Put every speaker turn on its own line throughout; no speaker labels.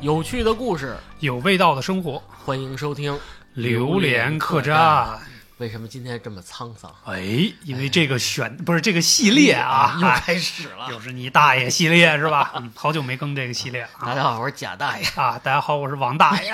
有趣的故事，
有味道的生活，
欢迎收听《
榴莲客
栈》。
栈。
为什么今天这么沧桑？
哎，因为这个选不是这个系列啊，
又开始了。
又是你大爷系列是吧？ 嗯好久没更这个系列
大
啊
家好，我是贾大爷
啊！大家好，我是王大 爷，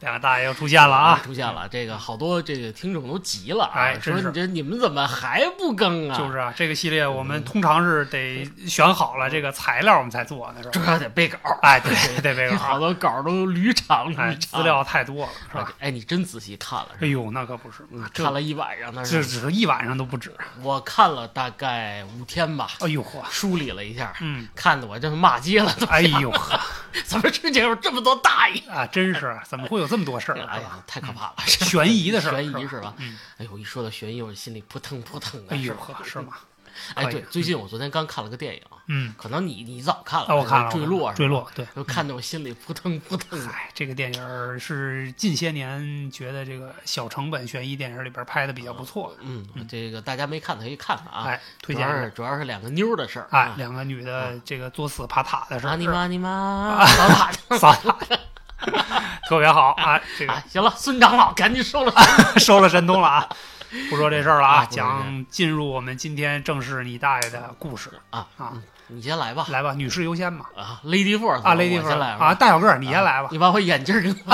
两个大爷又出现了啊！
出现了。这个好多这个听众都急了啊，
哎真
说
是
你这你们怎么还不更啊？
就是啊，这个系列我们通常是得选好了这个材料，我们才做呢，是
这
吧？
还得背稿，
哎，对对，这个
好多稿都捋长
哎，
捋长。
资料太多了，是吧？
哎，哎，你真仔细看了
哎
是吧？
呦，那可不是，
看了一晚上，那
这
是
只是一晚上都不止。
我看了大概五天吧，
哎呦嚯，
梳理了一下，
嗯，
看得我这骂街了，
哎呦呵，
怎么世界上有这么多大爷？
啊，真是怎么会有这么多事儿？
哎
是嗯吧
呀，太可怕了！
悬疑的事儿
悬疑
是
是吧？哎呦，一说到悬疑，我心里扑腾扑腾的。
哎呦
是吧
呵，是吗？
哎，
可以
对，最近我昨天刚看了个电影，
嗯，
可能你你早看了，
啊，我
就
看了我看
坠
了
落，
坠，落，对。
就看得我心里扑腾扑腾啊的。
哎，这个电影儿是近些年觉得这个小成本悬疑电影里边拍的比较不错，
嗯，这个大家没看的可以看看啊。
哎，推
主
荐
要
一
是
下。
主要是两个妞儿的事儿
哎，
啊。
两个女的这个作死爬塔的事
啊
儿，啊
你妈你妈，老打的。
撒塔的，特别好啊！ 这个哎
哎，行了，孙长老，赶紧收了手。
收了神通了啊！不说这事儿了
啊
啊，
不说这事儿
讲进入我们今天正式你大爷的故事
啊
啊！
你先来吧。
来吧，女士优先嘛！
啊，Lady Force
啊，Lady
我
First
先来吧
啊，，大小个儿你先来吧
你把我眼镜儿给 我，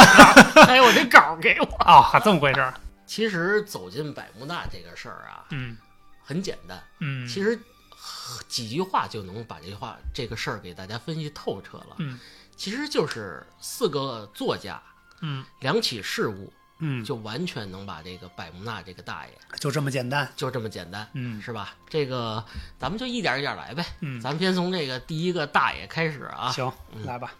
还有我这稿儿给我。
啊， 还这么回事儿？
其实走进百慕大这个事儿啊，
嗯
很简单，
嗯，
其实呃几句话就能把这话这个事儿给大家分析透彻了。
嗯
其实就是四个作家
嗯
两起事故，
嗯，
就完全能把这个百慕纳这个大爷
就这么简单。
就这么简单，
嗯
是吧？这个咱们就一点一点来呗。
嗯，
咱们先从这个第一个大爷开始啊。
行，来吧。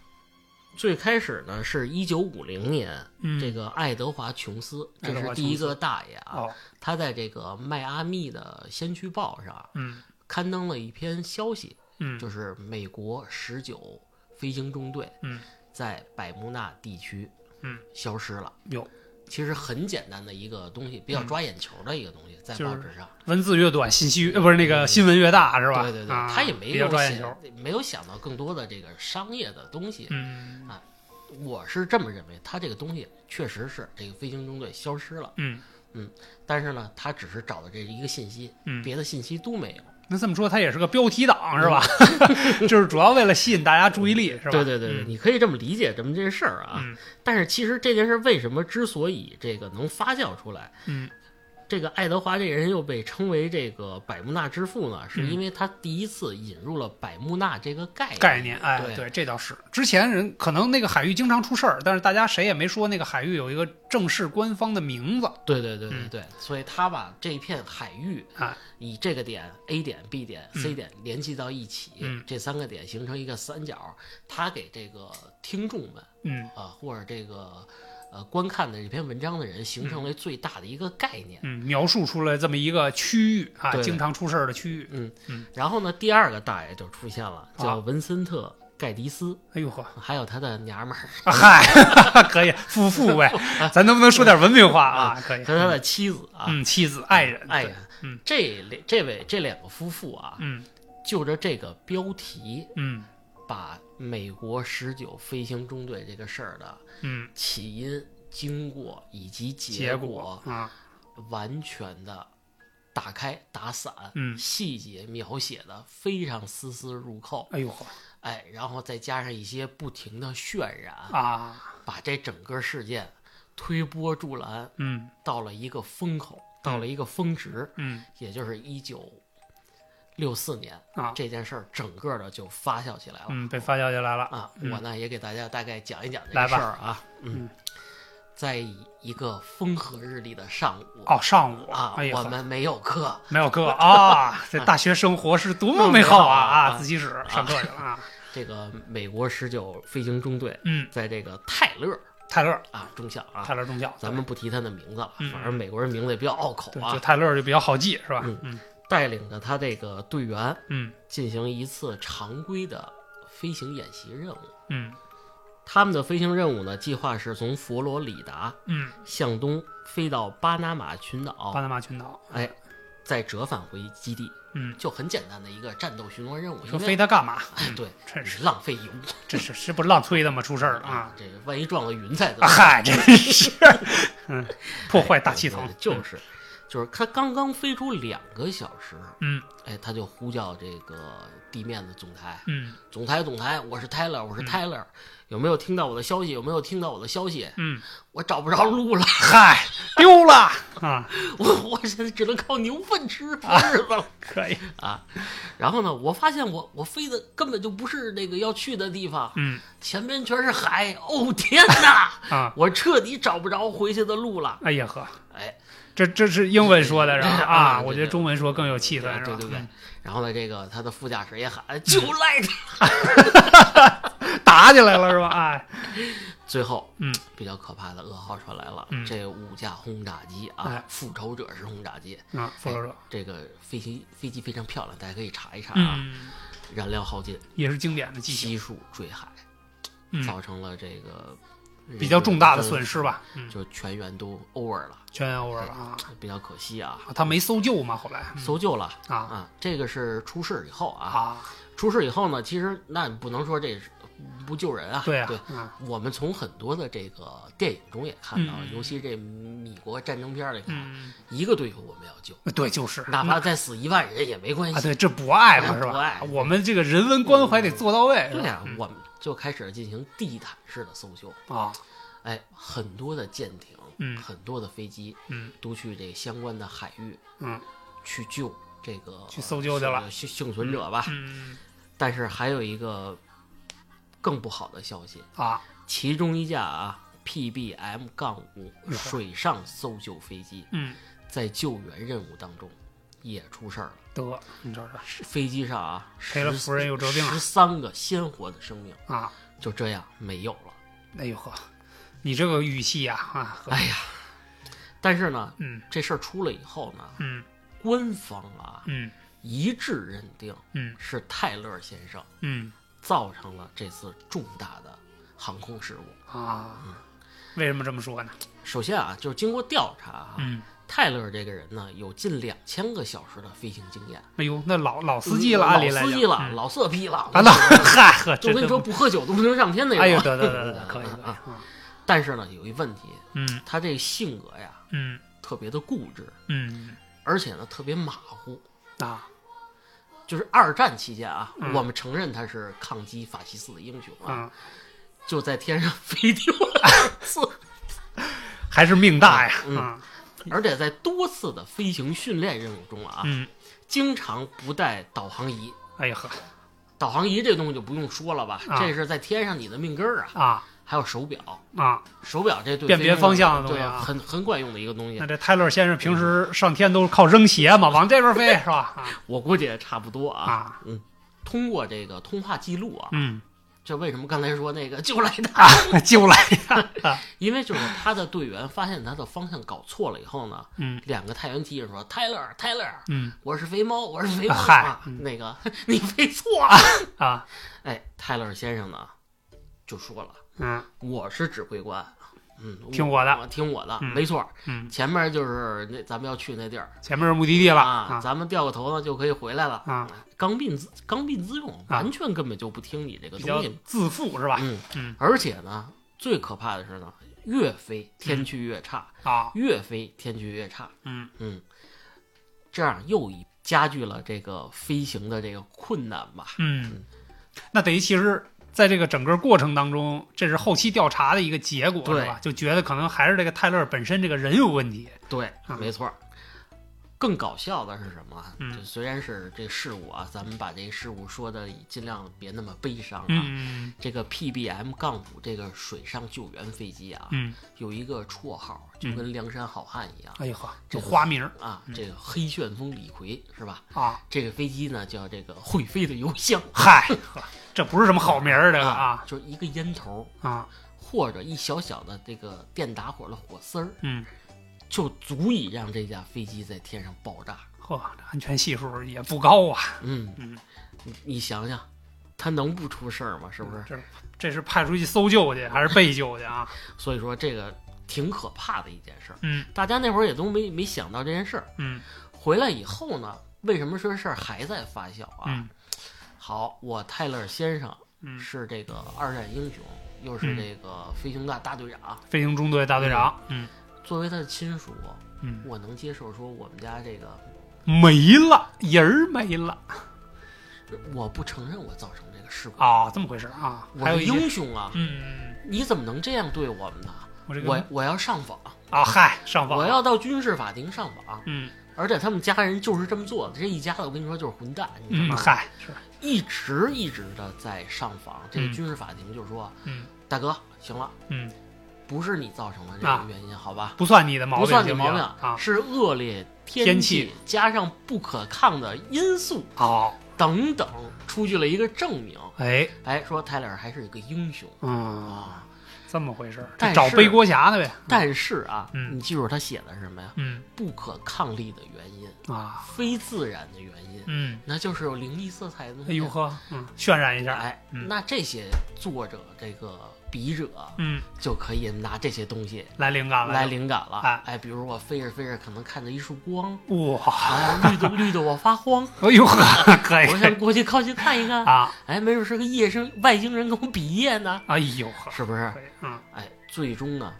最开始呢是一九五零年，
嗯，
这个爱德华·琼斯，这
爱德
是
华
第一
琼斯
个大爷啊。
哦，
他在这个迈阿密的《先驱报》上
嗯
刊登了一篇消息，
嗯，
就是美国十九飞行中队
嗯
在百慕纳地区
嗯
消失了。
有
其实很简单的一个东西，比较抓眼球的一个东西，在
就
报
是
纸上。
文字越短，信息越呃不是那个新闻越大是
嗯
吧？
对对对，
啊
他也没
比较
有
抓眼
想
球。
没有想到更多的这个商业的东西。
嗯
我是这么认为，他这个东西确实是这个飞行中队消失了，
嗯
但是呢，他只是找到这一个信息，
嗯，
别的信息都没有。
那这么说，他也是个标题党是 吧？ 就是主要为了吸引大家注意力是吧？
嗯对对对对，你可以这么理解这么这事儿啊。
嗯
但是其实这件事为什么之所以这个能发酵出来，
嗯
这个爱德华这个人又被称为这个百慕纳之父呢，是
嗯
因为他第一次引入了百慕纳这个概念。
概念，哎，
对
对，这倒是。之前人可能那个海域经常出事儿，但是大家谁也没说那个海域有一个正式官方的名字。
对对对对
嗯
对，所以他把这一片海域
啊，
以这个点 A 点、B 点、C 点联系到一起，
嗯
这三个点形成一个三角，他给这个听众们
嗯
啊、或者这个呃观看的这篇文章的人形成为最大的一个概念。
嗯，描述出了这么一个区域啊，
对
经常出事儿的区域。
然后呢，第二个大爷就出现了，
啊
叫文森特·盖迪斯，
哎呦呵，
还有他的娘 们儿
啊 嗨，可以，夫妇 呗，咱能不能说点文明话啊？可以，
和他的妻子啊，
嗯，妻子、爱人，
爱
对
人，，
嗯
这两这位这两个夫妇啊，
嗯
就着这个标题，
嗯
把美国十九飞行中队这个事儿的
嗯，
起因、经过以及结
结果啊，
完全的打开打散，
嗯
细节描写的非常丝丝入扣，
哎呦呵
哎，然后再加上一些不停的渲染，
啊，
把这整个事件推波助澜，
嗯
到了一个风口，到了一个峰值，
嗯
也就是一九六四年
啊
这件事儿整个的就发酵起来了。
嗯，被发酵起来了，
啊，
嗯
我呢也给大家大概讲一讲这
来
个事
吧
儿啊。嗯
嗯，
在一个风和日丽的上午
哦，上午
啊
哎，呦
我
呵，
们没有课，
没有 课啊，这大学生活是多么美好啊
啊
啊！自习室上课去了啊，
这个美国十九飞行中队
嗯，
在这个泰勒
泰勒，
啊中校啊，
泰勒中校，
咱们不提他的名字了，
嗯
反正美国人名字也比较拗口
对，就
啊。
泰勒就比较好记是吧？
嗯
嗯
带领着他这个队员
嗯
进行一次常规的飞行演习任务。
嗯
他们的飞行任务呢，计划是从佛罗里达
嗯，
向东飞到巴拿马群岛，
巴拿马群岛，
哎，再折返回基地，
嗯，
就很简单的一个战斗巡逻任务。
说
因
飞
为
它干嘛？
哎，对，
真是
浪费油
这是这不是浪吹的吗？出事儿了啊！
这个万一撞了云彩怎么
啊
办？哎
嗨，真是，嗯，破坏大气层
对，就是，就是他刚刚飞出两个小时，
嗯
哎，他就呼叫这个地面的总台，
嗯
总台总台，我是 Tyler，我是 Tyler，、有没有听到我的消息？有没有听到我的消息？
嗯，
我找不着路了，
嗨，丢了啊，
我我现在只能靠牛粪 吃过日子了
可以，
啊！然后呢，我发现我我飞的根本就不是那个要去的地方，
嗯
前面全是海，哦天哪！
啊，
我彻底找不着回去的路了，
哎呀呵，
哎，
这这是英文说的是吧？啊，
对对对
我觉得中文说更有气氛
对
是
对
吧？嗯
对对。然后呢，这个他的副驾驶也喊就赖他。
嗯打起来了是吧？哎，
最后，
嗯，
比较可怕的噩耗传来了，
嗯
这五架轰炸机啊
哎，
复仇者式轰炸机，
啊，复仇者，
这个飞机飞机非常漂亮，大家可以查一查啊。
嗯，
燃料耗尽，
也是经典的技巧，
悉数坠海，
嗯
造成了这个
比较重大的损失，吧？嗯，
就全员都 over 了，
全 over 了啊，
比较可惜啊。
他没搜救嘛？后来
搜救了
啊
这个是出事以后啊，
啊，
出事以后呢，其实那你不能说这是不救人啊，
对啊
对，，
啊
我们从很多的这个电影中也看到，
嗯
尤其这米国战争片里看，
嗯，
一个队友我们要救，
对，就是
哪怕再死一万人也没关
啊，
系。哎
对，这博爱嘛，是
博
吧
爱？
我们这个人文关怀得做到位，是
对
吧
呀、我们就开始进行地毯式的搜救。
啊，
哎，很多的舰艇，
嗯
很多的飞机
嗯
都去这相关的海域
嗯
去救这个
去搜救去了
这个幸幸存者吧。
嗯
但是还有一个更不好的消息，
啊，
其中一架啊 PBM 杠五水上搜救飞机
嗯，
在救援任务当中也出事儿了。
得，你知道这
是飞机上啊，
赔了夫人又折兵了
十三个鲜活的生命
啊，
就这样没有了。
哎呦呵，你这个语气呀啊，呵
哎呀，但是呢，
嗯
这事儿出了以后呢，
嗯
官方啊
嗯
一致认定
嗯
是泰勒先生
嗯
造成了这次重大的航空事故。
啊，为什么这么说呢？
首先啊，就是经过调查啊，
嗯，
泰勒这个人呢有近两千个小时的飞行经验，
哎呦，那老老司机了，按理来
老
讲
司机了，
嗯
老色批了，
啊，那嗨呵，
就
这
我跟你
都
说，不喝酒都不能上天那种。
哎呦，得得得得，可以可以
啊。
啊，
但是呢，有一问题，
嗯
他这性格呀
嗯
特别的固执，
嗯
而且呢特别马虎。
啊，
就是二战期间啊，
嗯
我们承认他是抗击法西斯的英雄啊，
嗯，
就在天上飞丢了两 次，
还是命大呀，
嗯
啊
而且在多次的飞行训练任务中啊，
嗯，
经常不带导航仪。
哎呀呵
导航仪这东西就不用说了吧，
啊
这是在天上你的命根儿啊，
啊
还有手表，
啊，
手表这对
辨别
飞行
方向的东
对
西啊
很很管用的一个东西
那。这泰勒先生平时上天都是靠扔鞋嘛，往这边飞是吧？啊
我估计也差不多啊。
啊，
通过这个通话记录啊，
嗯
这为什么刚才说那个就来他？
啊，就来呀，啊
因为就是他的队员发现他的方向搞错了以后呢，
嗯
两个太原机说：“Tyler Tyler，
嗯
我是肥猫，我是肥猫。
嗨
啊
嗯
那个 你飞错了。
啊
哎，泰勒先生呢就说了：“
嗯
我是指挥官，嗯，
听我的，
听我的，
嗯
没错。
嗯，
前面就是那咱们要去那地儿
前面是目的地了
啊，
啊
咱们掉个头呢就可以回来了。
啊，
刚愎自刚愎自用，
啊
完全根本就不听你这个
比较
东西。
自负是吧？
嗯
嗯
而且呢，最可怕的是呢，越飞天气越差，
啊
越飞天气越差。
嗯
嗯，这样又一加剧了这个飞行的这个困难吧。
嗯，那等于其实在这个整个过程当中，这是后期调查的一个结果，
对
是吧？就觉得可能还是这个泰勒本身这个人有问题。
对
啊，
没错儿。更搞笑的是什么啊？
嗯
就虽然是这事故啊，咱们把这事故说的尽量别那么悲伤啊。
嗯
这个 PBM 杠五这个水上救援飞机啊，
嗯，
有一个绰号，就跟梁山好汉一样、
哎呦嗯呵，这花名儿
啊，这个黑旋风李逵是吧？
啊，
这个飞机呢叫这个会飞的油箱
嗨，呵这不是什么好名儿，这个啊
就是一个烟头
啊，
或者一小小的这个电打火的火丝儿，
嗯，
就足以让这架飞机在天上爆炸。
呵，这安全系数也不高啊，
嗯
嗯
你你想想，它能不出事儿吗？是不是？
这这是派出去搜救去还是被救去啊？
所以说这个挺可怕的一件事儿。
嗯
大家那会儿也都没没想到这件事儿。
嗯
回来以后呢，为什么说事儿还在发酵啊？
嗯
好，我泰勒先生
嗯，
是这个二战英雄，又是这个飞行大大队啊长。
飞行中队大队长，嗯
作为他的亲属，
嗯，
我能接受说我们家这个，
没了人儿没了
我不承认我造成这个事故，
啊、这么回事啊？
我
还有
是
一些
英雄啊！
嗯嗯，嗯
你怎么能这样对我们呢？
我这个
我我要上访，
啊嗨上访，
我要到军事法庭上访。
嗯
而且他们家人就是这么做的，这一家子我跟你说就是混蛋，你知道
嗯
吗？
嗨是
一直一直的在上访，这
嗯
个军事法庭就说，
嗯
大哥，行了，
嗯
不是你造成的这
啊
个原因，好吧？
不算你的毛病
不算你
行
毛
行
病，
啊？
是恶劣天
天气
加上不可抗的因素
哦
等等，出具了一个证明。
哎
哎，说泰勒尔还是一个英雄
嗯
啊，
这么回事儿，
但
这
是
找背锅侠的呗？
但是啊，
嗯
你记住他写的是什么呀？
嗯
不可抗力的原因，
啊
非自然的原因，
嗯。
那就是有灵异色彩的东西。啊
哎呦呵，嗯，渲染一下，
哎，
嗯
那这些作者这个笔者
嗯，
就可以拿这些东西
来灵感了，
来灵感了。
哎
哎，比如我飞着飞着，可能看见一束 光，
哇，
啊，绿的绿的我发慌，
哎呦呵， 可以
我想过去靠近看一看。
啊，
哎，没准是个夜生外星人跟我比耶呢，
哎呦呵，
是不是？
可以，嗯
哎，最终呢，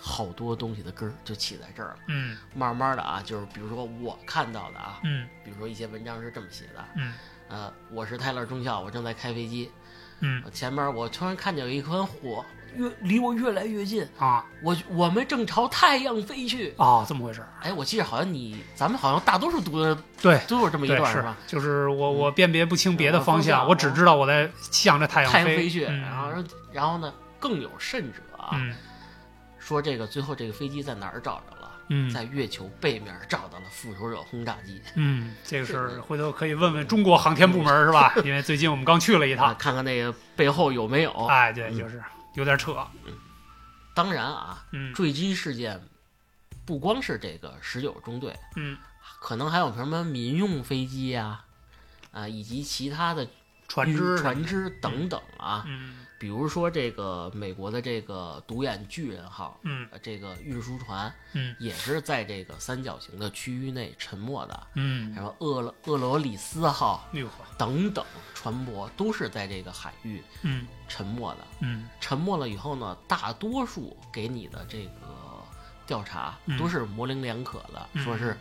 好多东西的根儿就起在这儿了。
嗯
慢慢的啊，就是比如说我看到的啊，
嗯
比如说一些文章是这么写的，
嗯
呃，我是泰勒中校，我正在开飞机，
嗯
我前面我突然看见有一团火，越离我越来越近，
啊
我我们正朝太阳飞去。
哦，这么回事儿，
哎，我记得好像你，咱们好像大多数读的
对。
都有这么一
对，
段
是
吧？，
就是我我辨别不清别的方
方
向，
向
我只知道我在向着太
太阳
飞
去，
嗯
然后然后呢，更有甚者啊，
嗯
说这个最后这个飞机在哪儿找着了？
嗯
在月球背面找到了复仇者轰炸机，
嗯，这个事儿回头可以问问中国航天部门是吧？因为最近我们刚去了一
啊，
趟，
看看那个背后有没有。
哎，对，
嗯
就是有点扯，
当然啊，
嗯
坠机事件不光是这个十九中队，
嗯，
可能还有什么民用飞机呀、啊，以及其他的
船
运
只，
嗯船只等等啊。
嗯
比如说这个美国的这个独眼巨人号，
嗯
呃这个运输船
嗯
也是在这个三角形的区域内沉没的。
嗯，
什么厄罗厄罗里斯号
哎呦呵，
等等船舶都是在这个海域
嗯
沉没的。
嗯
沉没了以后呢，大多数给你的这个调查
嗯
都是模棱两可的，
嗯
说是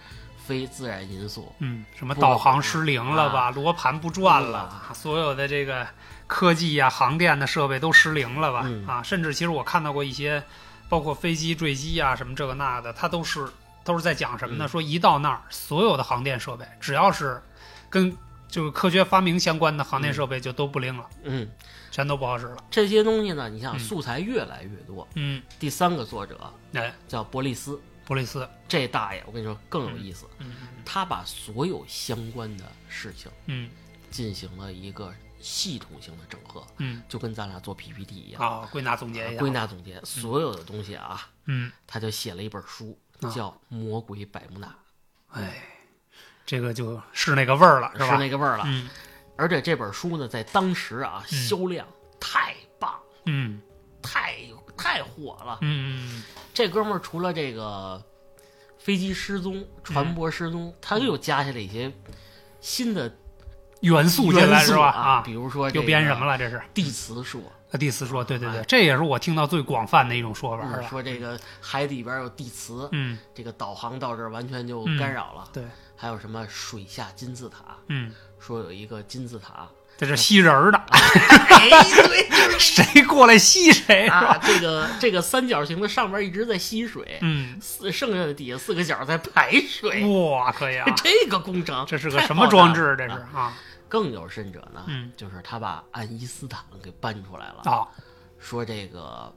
非自然因素。
嗯，什么
不啊嗯
导航失灵了吧，罗盘不转了
不
吧，所有的这个科技呀、航电的设备都失灵了吧？
嗯
啊，甚至其实我看到过一些，包括飞机坠机啊什么这个那的，它都是都是在讲什么呢？
嗯
说一到那儿，所有的航电设备，只要是跟就是科学发明相关的航电设备就都不灵了，
嗯，
全都不好使了。
这些东西呢，你像
嗯
素材越来越多。
嗯，
第三个作者
哎，
叫伯利斯，
布里斯，
这大爷我跟你说更有意思，
嗯
他把所有相关的事情
嗯
进行了一个系统性的整合，
嗯，
就跟咱俩做 PPT 一样，
好，归纳总结一下，
归，纳总结所有的东西啊，
嗯，
他就写了一本书，
啊
叫《魔鬼百慕纳
哎，这个就是那个味儿了，》，吧？
是那个味儿了。
嗯
而且这本书呢，在当时啊，
嗯
销量太棒，
嗯。
太太火了。
嗯
这哥们儿除了这个飞机失
嗯
踪、船舶失踪，他又加下了一些新的，
元素进来
元
是
素
吧？
啊比如说这
又
个
编什么了？这是
地磁说，
呃第四说，对对对
哎，
这也是我听到最广泛的一种说法，
嗯
是吧？
说这个海底边有地磁，
啊嗯，
这个导航到这儿完全就
嗯
干扰了。
对，
还有什么水下金字塔，
嗯，
说有一个金字塔，
这是吸人儿 的，
哎，对， 就是
谁过来吸谁是吧？
啊，这个这个三角形的上边一直在吸水，
嗯，
四剩下的底下四个角在排水。，
哇，可以啊
哎这个工程
这是个
太
什
浩
么
大
装
了
置？这是
啊
啊
更有甚者呢，
嗯
就是他把爱因斯坦给搬出来了，
啊，
说这个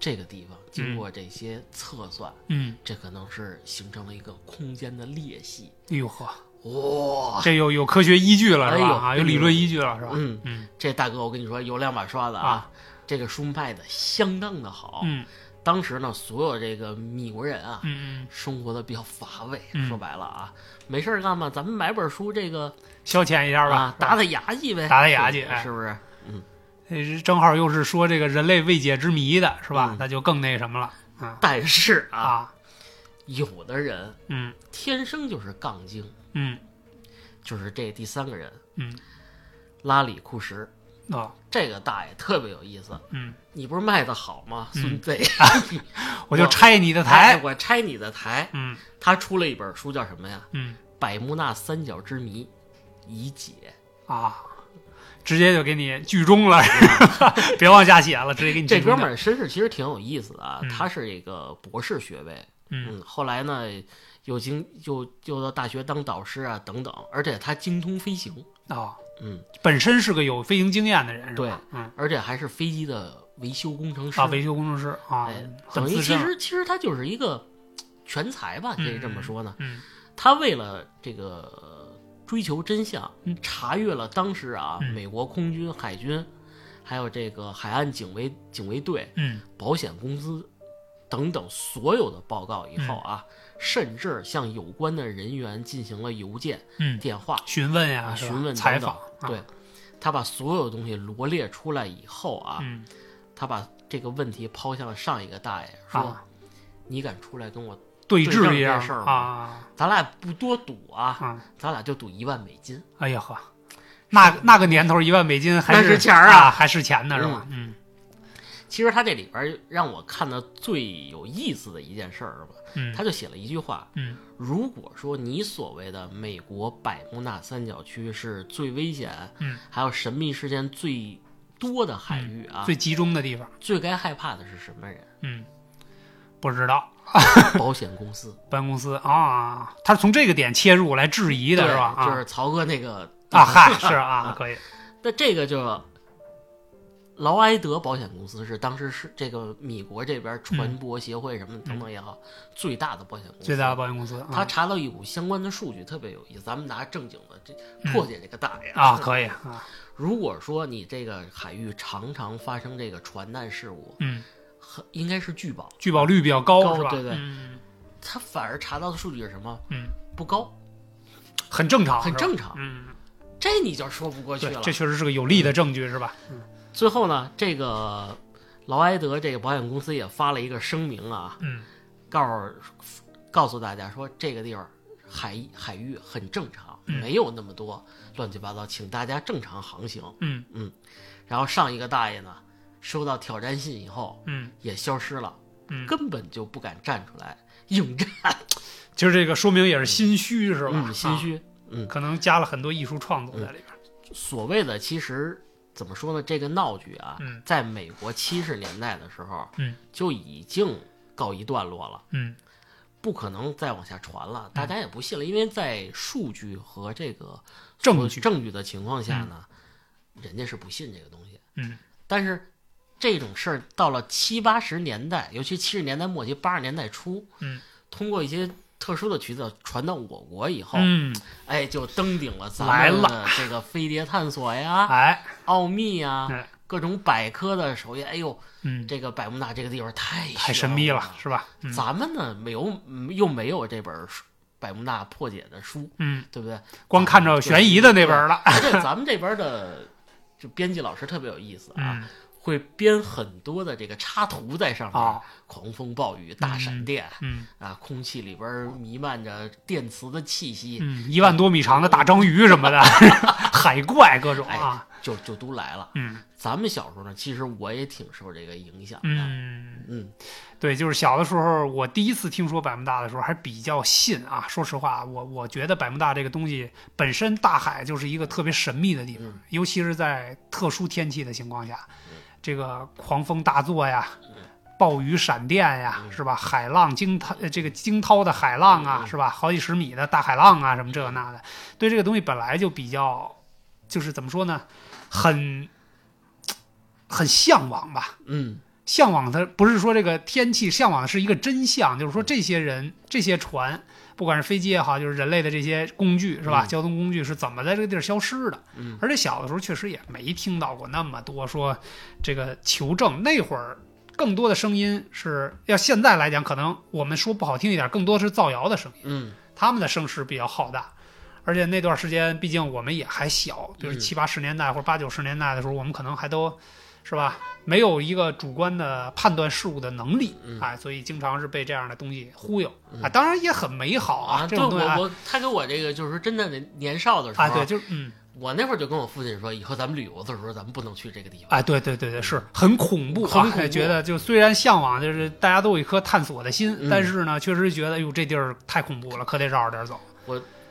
这个地方经过这些测算，
嗯，
这可能是形成了一个空间的裂隙。
哎呦呵，
哇，
这又有科学依据了
啊哎
是吧？
呦
啊，有理论依据了是吧？
嗯
嗯
这大哥，我跟你说，有两把刷子
啊
啊，这个书卖的相当的好。
嗯
当时呢，所有这个米国人啊，
嗯嗯，
生活的比较乏味，
嗯
说白了啊，没事儿干嘛，咱们买本书，这个
消遣一下吧
啊，，打打牙祭呗，
打打牙祭
是
哎
是不是？
呃正好又是说这个人类未解之谜的是吧？
嗯
那就更那什么了，啊
但是啊，
啊，
有的人
嗯
天生就是杠精，
嗯
就是这第三个人
嗯
拉里库什
啊
这个大爷特别有意思。
嗯，
你不是卖的好吗，孙子？
我就拆你的
哎
台，
我拆你的台。
嗯
他出了一本书，叫什么呀？《
嗯
百慕大三角之谜已解
啊，直接就给你剧终了，是吧 别往下写了，直接给你》。
嗯这
剧终
哥
了
们儿身世其实挺有意思的啊
嗯，
他是一个博士学位，
嗯
嗯，后来呢，又经又又到大学当导师啊等等，而且他精通飞行，
啊，
嗯，
本身是个有飞行经验的人，是吧
对，
嗯
而且还是飞机的维修工程师
啊，，维修工程师啊
哎，
很
等于
资
其
深了，
实其实他就是一个全才吧，可以这么说呢。
嗯
他为了这个追求真相，查阅了当时啊
嗯
美国空军、海军，还有这个海岸警卫警卫队、
嗯
保险公司等等所有的报告以后啊，
嗯
甚至向有关的人员进行了邮件、
嗯，
电话
询问呀，
啊、
是吧
询问
采
等等
访，啊，
对。他把所有东西罗列出来以后啊，
嗯
他把这个问题抛向了上一个大爷，说：“
啊
你敢出来跟我，
对峙一
对峙这事
下
儿
啊
咱俩不多赌啊，
啊，
咱俩就赌一万美金。
哎呀呵，那那个年头一万美金还
那
是
是钱儿啊
啊，还是钱呢是吧？嗯
其实他这里边儿让我看的最有意思的一件事儿吧，
嗯
他就写了一句话：
嗯
如果说你所谓的美国百慕大三角区是最危险，
嗯，
还有神秘事件最多的海域啊，
最集中的地方，
最该害怕的是什 么人？
嗯，不知道。
保险公司，
办公司啊，他是从这个点切入来质疑的
对
是吧？啊
就是曹哥那个
啊，嗨，是啊，可以，
那这个就劳埃德保险公司是当时是这个米国这边船舶协会什么等等也好，最大的保险公司。
嗯最大的保险公司啊
他查到一股相关的数据，特别有意思。咱们拿正经的这破解这个大爷
嗯啊，可以啊，
如果说你这个海域常常发生这个船难事故，
嗯，
很应该是拒保。
拒保率比较高
高
是吧？
对对
嗯
他反而查到的数据是什么？
嗯，
不高，
很正常，
很
是吧
正常。
嗯，
这你就说不过去
对
了，。
这确实是个有力的证据是吧？
最后呢，这个劳埃德这个保险公司也发了一个声明啊，
嗯
告诉告诉大家说，这个地方海海域很正常，
嗯
没有那么多乱七八糟，请大家正常航行。
嗯
然后上一个大爷呢，收到挑战信以后
嗯，
也消失了，
嗯
根本就不敢站出来应战，
其实这个说明也是心虚是吧？
嗯心
啊，
虚。嗯，
可能加了很多艺术创作在里边。
所谓的其实怎么说呢？这个闹剧啊，
嗯
在美国七十年代的时候，
嗯，
就已经告一段落了。
嗯
不可能再往下传了，大家也不信了，因为在数据和这个
证
所
据
证据的情况下呢，人家是不信这个东西。
嗯
但是这种事儿到了七八十年代，尤其七十年代末期、八十年代初，
嗯，
通过一些特殊的渠道传到我国以后，
嗯，
哎，就登顶了咱
来
们的这个飞碟探索呀、
哎，
奥秘呀、
哎
各种百科的首页。哎呦，
嗯，
这个百慕大这个地方太
太
太
神秘
哎
了是吧？嗯
咱们呢没有嗯又没有这本书百慕大破解的书，
嗯，
对 不对？
光看着悬疑的那本了。
而且咱们这边的就编辑老师特别有意思啊，
嗯
会编很多的这个插图在上面，
啊
狂风暴雨、大闪电、
嗯
啊，空气里边弥漫着电磁的气息，
嗯，一万多米长的大章鱼什么的， 海怪各种啊。
哎，就就都来了。
嗯
咱们小时候呢，其实我也挺受这个影响的，嗯
嗯，对，就是小的时候，我第一次听说百慕大的时候，还比较信啊。说实话，我我觉得百慕大这个东西本身，大海就是一个特别神秘的地方，
嗯
尤其是在特殊天气的情况下，这个狂风大作呀。暴雨、闪电呀，
嗯
是吧？海浪惊涛，呃这个惊涛的海浪啊，
嗯
是吧？好几十米的大海浪啊，什么这个那的，对这个东西本来就比较，就是怎么说呢，很很向往吧。
嗯
向往它不是说这个天气向往的是一个真相，就是说
嗯
这些人、这些船，不管是飞机也好，就是人类的这些工具是吧？
嗯
交通工具是怎么在这个地儿消失的？
嗯
而且小的时候确实也没听到过那么多说这个求证，那会儿更多的声音是要现在来讲，可能我们说不好听一点，更多是造谣的声音，
嗯
他们的声势比较浩大。而且那段时间，毕竟我们也还小，比如
嗯
七八十年代或者八九十年代的时候，我们可能还都是吧？没有一个主观的判断事物的能力，
嗯
哎，所以经常是被这样的东西忽悠
嗯
啊。当然也很美好啊，这
对
种东西啊
我，我他给我这个就是真的年少的时候，
啊，对，就是嗯，
我那会儿就跟我父亲说，以后咱们旅游的时候，咱们不能去这个地方。
啊，对对对对，是很恐怖啊，
很恐怖
哎觉得就虽然向往，就是大家都有一颗探索的心，
嗯
但是呢，确实觉得哎哟，这地儿太恐怖了，可得绕着点儿走。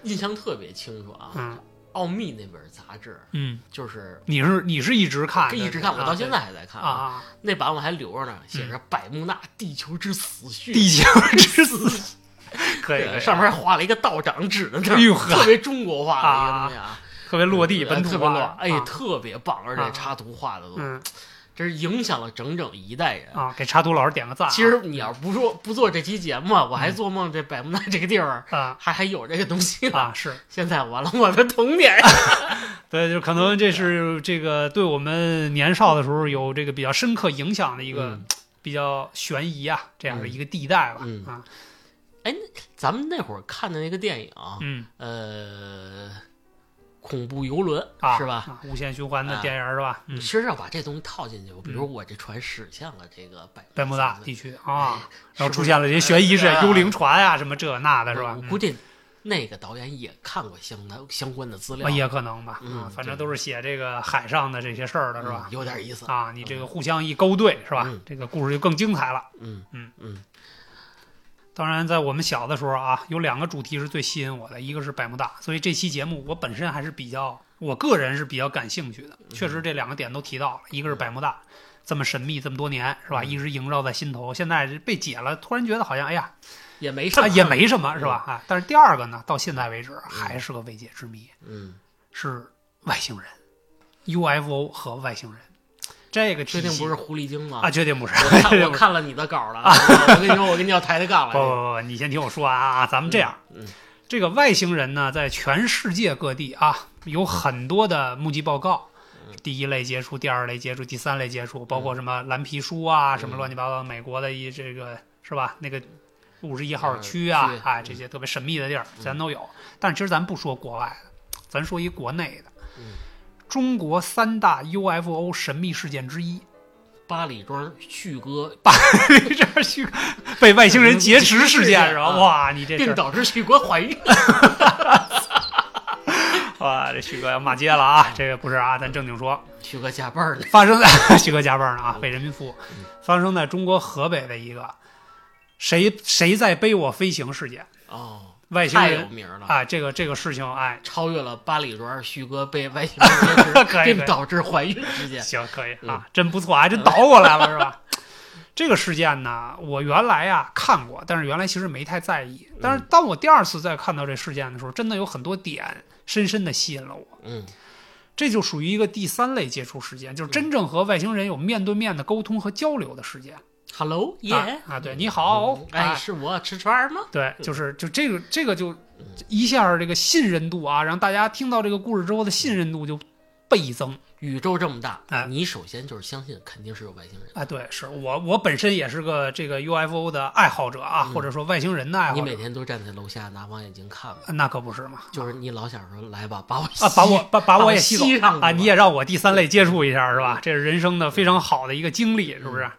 印象特别清楚啊，
嗯
奥秘》那本杂志，
嗯，
就是
你是你是一直看的，
一直看，我到现
啊
在还在
对
看
啊。啊，
那版我还留着呢，写着“百慕纳地球之死穴”，
地球之死， 可以
对
可以
上面画了一个道长指的那儿
哎呦呵
特别中国化的一个东西啊，
特别落地
呃
本土
特别
化
乱
啊，
哎，特别棒，而且
啊
插图画的都，
嗯
真是影响了整整一代人。
啊，给插图老师点个赞啊。
其实你要不说不做这期节目啊，
嗯
我还做梦这百慕纳这个地儿
啊
还还 有这个东西呢。
啊嗯是
现在完了，我的童年呀！
对，就可能这是这个对我们年少的时候有这个比较深刻影响的一个
嗯
比较悬疑啊这样的一个地带吧
嗯
啊
咱们那会儿看的那个电影，啊
嗯。
呃，恐怖游轮、
啊，
是吧？
啊？无限循环的电影儿是吧？嗯
其，实要把这东西套进去，比如我这船驶向了这个百哎
百慕大
地
地
区
区啊，然后出现了这些悬疑式
哎
幽灵船啊，什么这那的是吧嗯
我？估计那个导演也看过相当相关的资料，
啊，也可能吧，
嗯
啊，反正
对
都是写这个海上的这些事儿的是吧
嗯？有点意思。
啊，你这个互相一勾兑是吧
嗯？
这个故事就更精彩了。
嗯
嗯
嗯
当然，在我们小的时候啊，有两个主题是最吸引我的，一个是百慕大，所以这期节目我本身还是比较，我个人是比较感兴趣的。
嗯
确实，这两个点都提到了，一个是百慕大，这么神秘这么多年是吧，
嗯
一直萦绕在心头，现在被解了，突然觉得好像哎呀，
也没什
啊
么，
也没什么是吧？
嗯
啊，但是第二个呢，到现在为止啊还是个未解之谜，
嗯，
是外星人，UFO 和外星人，这个
确
体
定
系
不是狐狸精吗？
啊，绝对不是，
我看
绝对
我
不是
看了你的稿了啊，我跟你说，我跟你要抬抬杠
不不
了。
不不，你先听我说完啊，咱们这样，
哎嗯嗯
这个外星人呢，在全世界各地啊，有很多的目击报告。
嗯
第一类接触，第二类接触，第三类接触，包括什么蓝皮书
嗯
啊，什么乱七八糟，美国的一这个是吧？那个五十一号区啊
嗯，
哎，
嗯
这些特别神秘的地儿，咱都有。但其实咱不说国外的，咱说一国内的
嗯，
中国三大 UFO 神秘事件之一，
八里庄旭哥
这儿去被外星人劫持 事件是吧？
啊
哇，你这事儿
并导致旭哥怀孕，
啊，这旭哥要骂街了啊！这个不是啊，咱正经说，
旭哥加班呢。
发生在 旭哥加班呢啊，为人民服务，发生在中国河北的一个谁谁在背我飞行事件，
哦，
外星
太有
人
名了。
啊，这个这个事情，哎，
超越了八里庄旭哥被外星人劫 持
可以可
并
以，
导致怀孕事件。
行可以
嗯
啊，真不错啊，还真倒过来了是吧？ 这个事件呢，我原来啊看过，但是原来其实没太在意。但是当我第二次再看到这事件的时候，真的有很多点深深的吸引了我。
嗯
这就属于一个第三类接触事件，就是真正和外星人有面对面的沟通和交流的事件。
，Hello，耶、嗯
啊啊，对，你好，啊
哎，，是我吃串吗？
对，就是就这个这个就一下这个信任度啊，让大家听到这个故事之后的信任度就倍增。
宇宙这么大，
哎
你首先就是相信肯定是有外星人，
啊，对，是我我本身也是个这个 UFO 的爱好者啊，
嗯
或者说外星人的爱
你
好
每
者，
天都站在楼下拿望远镜看吗？
那可不是嘛。
就是你老想说来吧，把我
啊，把我
吸
把把
把
我
我
也
吸
走
上去
啊！
吧
你也让我第三类接触一下是吧？这是人生的非常好的一个经历，是不是？
嗯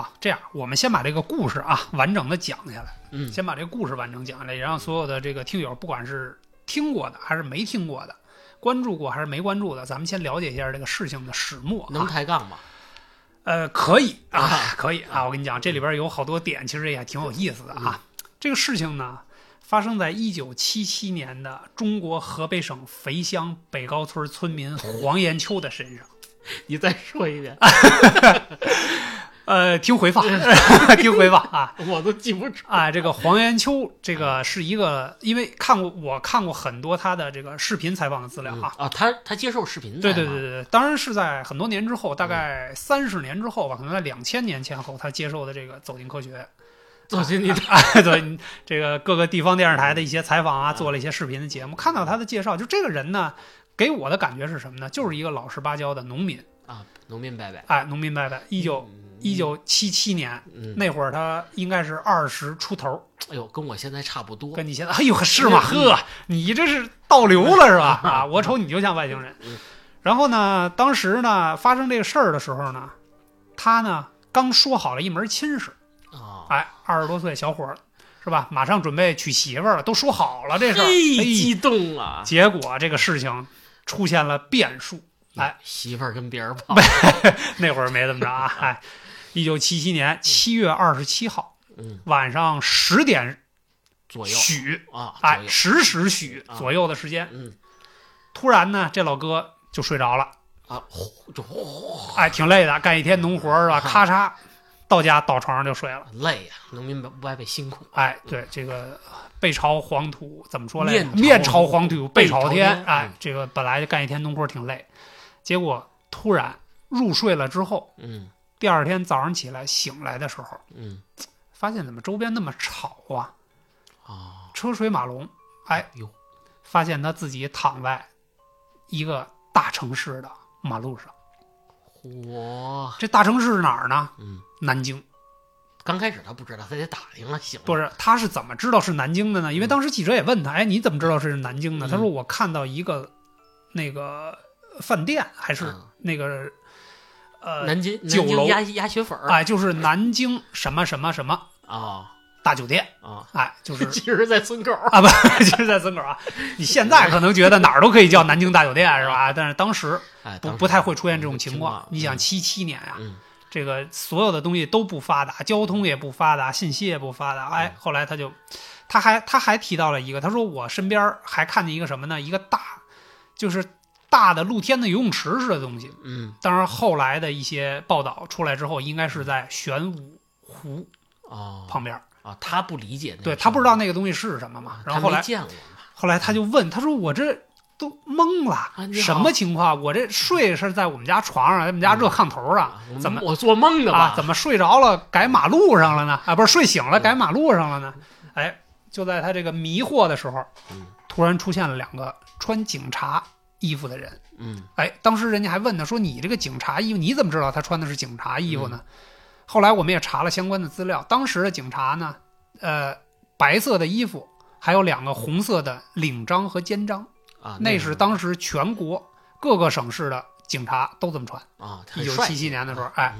啊，这样我们先把这个故事啊完整的讲下来，
嗯
先把这个故事完整讲下来，也让所有的这个听友，不管是听过的还是没听过的，关注过还是没关注的，咱们先了解一下这个事情的始末、啊。
能抬杠 吗？
呃，可以啊
啊，
可以啊。我跟你讲，这里边有好多点，其实也挺有意思的啊。这个事情呢，发生在一九七七年的中国河北省肥乡北高村村民黄延秋的身上。
你再说一 遍，
呃，听回放， 听回放啊。
我都记不住。
啊，这个黄延秋，这个是一个，因为看过我看过很多他的这个视频采访的资料
嗯
啊，
啊，他他接受视频
对
采
对
访
对，对，对当然是在很多年之后，大概三十年之后吧，可能在两千年前后，他接受的这个《走进科学》
走进你的
哎， 对，这个各个地方电视台的一些采访啊，做了一些视频的节目，看到他的介绍，就这个人呢，给我的感觉是什么呢？就是一个老实巴交的农民，
啊，农民伯伯，
哎，农民伯伯，一九
嗯
一，九七七年
嗯，
那会儿，他应该是二十出头，
哎呦，跟我现在差不多，
跟你
嗯
现在，哎呦，是吗？呵，你这是倒流了是吧？啊，我瞅你就像外星人
嗯。
然后呢，当时呢发生这个事儿的时候呢，他呢刚说好了一门亲事，
啊，
哎，二十多岁小伙儿是吧？马上准备娶媳妇儿了，都说好了这事儿。
嘿，
哎，
激动啊！
结果这个事情出现了变数。哎，
媳妇儿跟别人跑，
那会儿没怎么着 啊。哎，一九七七年七月二十七号
嗯，
晚上十点
左右
许，
啊，左
哎，
右，
十时许
啊
左右的时间，
嗯
突然呢，这老哥就睡着了，
啊，呼就呼，
哎，挺累的，干一天农活儿是吧？
啊
咔嚓，到家倒床上就睡了。
累呀，农民伯伯辛苦，
哎，对，这个背朝黄土怎么说来着？
面朝
面朝黄土背朝
背朝天
哎
嗯，
这个本来就干一天农活儿挺累，结果突然入睡了之后，
嗯
第二天早上起来醒来的时候，
嗯
发现怎么周边那么吵啊，
啊，
车水马龙。哎，
哟，
发现他自己躺在一个大城市的马路上。
嚯，
这大城市是哪儿呢？
嗯，
南京。
刚开始他不知道，他得打听了，醒了
不是，他是怎么知道是南京的呢？因为当时记者也问他，哎，你怎么知道是南京的？
嗯
他说我看到一个那个饭店，还是
嗯
那个呃，
南京南
酒楼
京鸭鸭血粉儿
哎，就是南京什么什么什么
啊
大酒店，
啊，
哎， 就 是
其实在村口儿
啊，不， 就是在村口啊。你现在可能觉得哪儿都可以叫南京大酒店是吧？但是当时
哎，
不
当时
不太会出现这种情
况
况。。你想
嗯，
七七年啊，
嗯
这个所有的东西都不发达，交通也不发达，信息也不发达。哎
嗯，
后来他就，他还他还提到了一个，他说我身边还看见一个什么呢？一个大，就是大的露天的游泳池似的东西。
嗯
当然，后来的一些报道出来之后，应该是在玄武湖
哦
旁边。
啊，他不理解那个状
对
态，
他不知道那个东西是什么嘛
啊。
然后
他
后
没
来
见过嘛，
后来他就问，他说我这。都懵
啊
了，
你好
什么情况？我这睡是在我们家床上，在我们家热炕头上，
啊
怎么
我做梦的
啊
吧？，
怎么睡着了改马路上了呢？啊，不是睡醒了改马路上了呢？哎，就在他这个迷惑的时候
嗯，
突然出现了两个穿警察衣服的人。
嗯
哎，当时人家还问他说：“你这个警察衣服，你怎么知道他穿的是警察衣服呢？”
嗯
后来我们也查了相关的资料，当时的警察呢，呃，白色的衣服，还有两个红色的领章和肩章，
啊，
那是当时全国各个省市的警察都这么穿。
啊，他很
一九
帅
七七年的时候，
嗯
哎，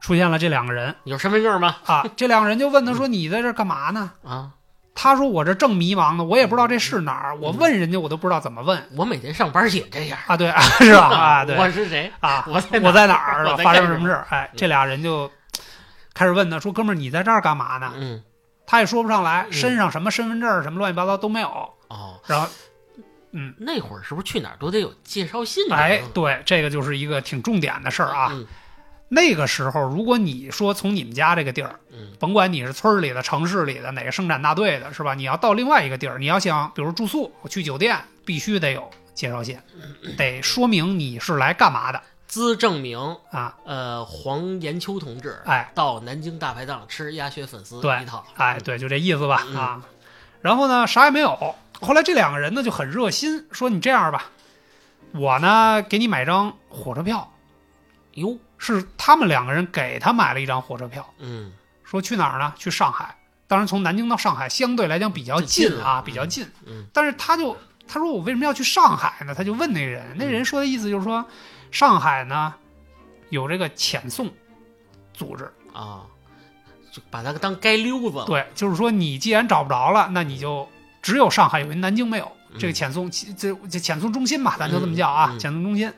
出现了这两个人。
你有身份证吗？
啊，这两个人就问他
嗯
说：“你在这儿干嘛呢
啊，？”
他说：“我这正迷茫呢，我也不知道这是哪儿，
嗯
我问人家我都不知道怎么问
我每天上班也这样
啊。”对，啊、 是吧？啊，对
我是谁？
啊，
我在
我在哪儿？
我在
发
干
生
什嗯
什么事儿？哎，这俩人就开始问他说：“哥们儿，你在这儿干嘛呢
嗯？”
他也说不上来，
嗯
身上什么身份证儿什么乱七八糟都没有。
哦，
然后，嗯
那会儿是不是去哪儿都得有介绍信啊？
哎，对，这个就是一个挺重点的事儿啊。
嗯
那个时候，如果你说从你们家这个地儿
嗯
甭管你是村儿里的、城市里的哪个生产大队的，是吧？你要到另外一个地儿，你要想，比如住宿，我去酒店，必须得有介绍信，得说明你是来干嘛的
资证明，
啊！
呃，黄延秋同志
哎
到南京大排档吃鸭血粉丝
对
一套，
哎，对，就这意思吧
嗯
啊。然后呢，啥也没有。后来这两个人呢就很热心，说你这样吧，我呢给你买张火车票，
哟，
是他们两个人给他买了一张火车票。
嗯
说去哪儿呢？去上海。当然，从南京到上海相对来讲比较近
近
啊
了，
比较近。
嗯
但是他就他说我为什么要去上海呢？他就问那人，那
嗯
人说的意思就是说，上海呢有这个遣送组织，
啊，就把他当街溜子了，
对，就是说你既然找不着了，那你就只有上海有，南京没有
嗯
这个遣送，其这这遣送中心吧，咱就这么叫啊，
嗯嗯
遣送中心。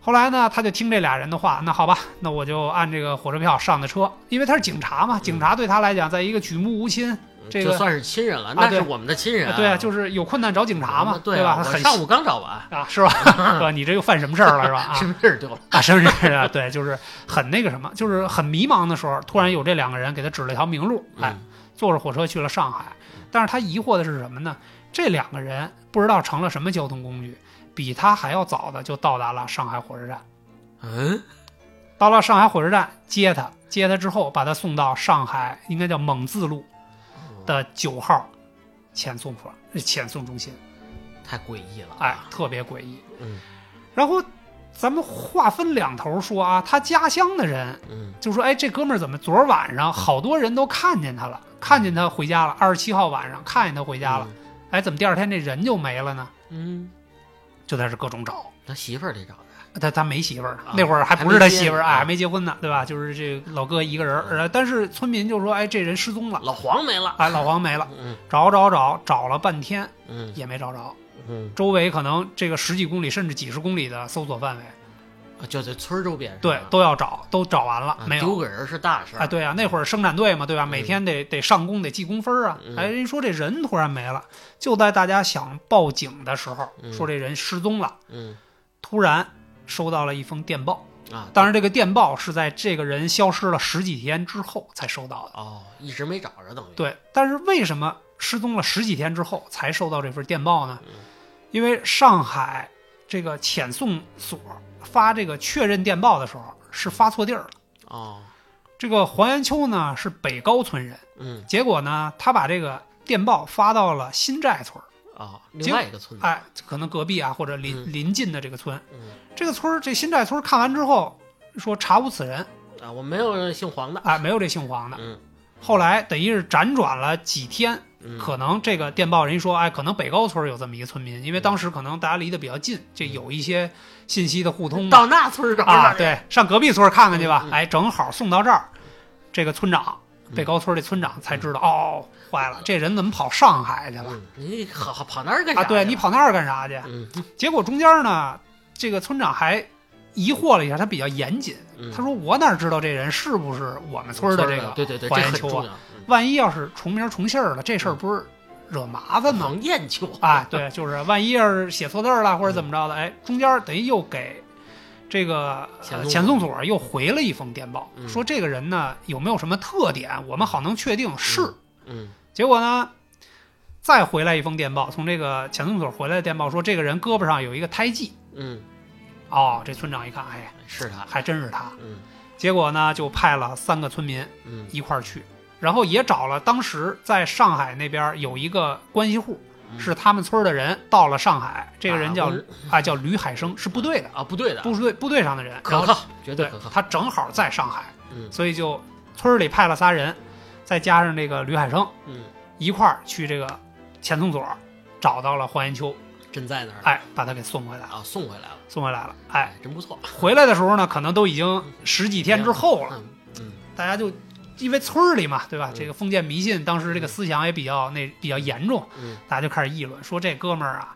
后来呢，他就听这俩人的话，那好吧，那我就按这个火车票上的车，因为他是警察嘛，警察对他来讲，在一个举目无亲，
嗯
这个
就算是亲人了，
啊
那
对
是我们的亲人
对啊，
啊，
就是是有困难找警察嘛，
对
吧？
啊我
很
上午刚找完，
啊，是吧？是吧？你这又犯什么事儿了，是吧？啊
身份证丢了，
啊，身份证啊，对，就是 很那个什么，就是很迷茫的时候，突然有这两个人给他指了条明路，哎，
嗯
坐着火车去了上海。但是他疑惑的是什么呢？这两个人不知道乘了什么交通工具，比他还要早的就到达了上海火车站。
嗯，
到了上海火车站接他，接他之后把他送到上海，应该叫蒙自路
哦
的九号遣送所，呃遣送中心。
太诡异了，啊
哎，，特别诡异。
嗯
然后咱们话分两头说啊，他家乡的人
嗯
就说：“哎，这哥们儿怎么昨儿晚上好多人都看见他了，看见他回家了？二十七号晚上嗯看见他回家了，，哎，怎么第二天这人就没了呢
嗯？”
就在这各种找，
他媳妇儿得找他。
他他没媳妇儿
啊，
那会儿还
还
不是他
没结
媳妇儿，
呢
哎，还没结婚呢，对吧？就是这个老哥一个人儿，呃但是村民就说，哎，这人失踪了，
老黄没了。
哎，老黄没了，
嗯
找找找，找了半天
嗯
也没找着，
嗯，
周围可能这个十几公里甚至几十公里的搜索范围，
啊就在村儿周边。
对，都要找，都找完了
啊，
没
丢
有。
个人是大事儿
哎，。对啊，那会儿生产队嘛，对吧？每天得得上工，得记工分儿啊
嗯。
哎，人说这人突然没了，就在大家想报警的时候，
嗯
说这人失踪了，
嗯
突然收到了一封电报。
啊，
当然，这个电报是在这个人消失了十几天之后才收到的。
哦，一直没找着等于。
对，但是为什么失踪了十几天之后才收到这份电报呢
嗯？
因为上海这个遣送所发这个确认电报的时候是发错地儿了。
哦，
这个黄延秋呢是北高村人，
嗯
结果呢他把这个电报发到了新寨村儿，
哦，
结
另外一个村子。
哎，可能隔壁啊或者邻、
嗯
邻近的这个村，
嗯
这个村儿这新寨村儿看完之后说查无此人，
啊，我没有姓黄的。
哎，没有这姓黄的。
嗯
后来等于是辗转了几天，
嗯，
可能这个电报人一说，哎，可能北高村有这么一个村民，
嗯
因为当时可能大家离得比较近，这有一些信息的互通嘛
到那村儿找
啊，
着了。
对，上隔壁村看看去吧
嗯。嗯
哎，正好送到这儿，这个村长，
嗯
北高村这村长才知道，哦，坏了，这人怎么跑上海去了？
嗯，你好好跑那儿干啥
啊，
去？
对你跑那儿干啥去？
嗯
结果中间呢，这个村长还疑惑了一下，他比较严谨，
嗯，
他说我哪知道这人是不是我们村儿的这个
对对对，这
黄延
很
秋
重
啊？
要。嗯
万一要是重名重姓儿了，这事儿不是惹麻烦吗？
黄燕 秋
啊，，对，就是万一要是写错字儿了或者怎么着的，哎，中间等于又给这个
遣
呃遣
送
送所又回了一封电报，
嗯
说这个人呢有没有什么特点，我们好能确定是。
嗯
结果呢，再回来一封电报，从这个遣送所回来的电报说，这个人胳膊上有一个胎记。
嗯，
哦，这村长一看，哎，
是他。
还真是他。
嗯
结果呢，就派了三个村民
嗯
一块儿去，然后也找了当时在上海那边有一个关系户，
嗯
是他们村儿的人到了上海，这个人
打
叫
工
啊叫吕海生，是部队的，
啊，不对的，
部队部队上的人，
可
然后
靠，绝
对
可靠。
他正好在上海，
嗯
所以就村儿里派了仨人，再加上这个吕海生
嗯，
一块儿去这个遣送所找到了黄延秋，
真在那儿了
哎，把他给送回来了，
啊，送回来了，
送回来了，哎，
真不错。
回来的时候呢，可能都已经十几天之后了，
嗯嗯
大家就因为村儿里嘛，对吧？
嗯
这个封建迷信，当时这个思想也比较那比较严重，
嗯，
大家就开始议论说这哥们儿啊，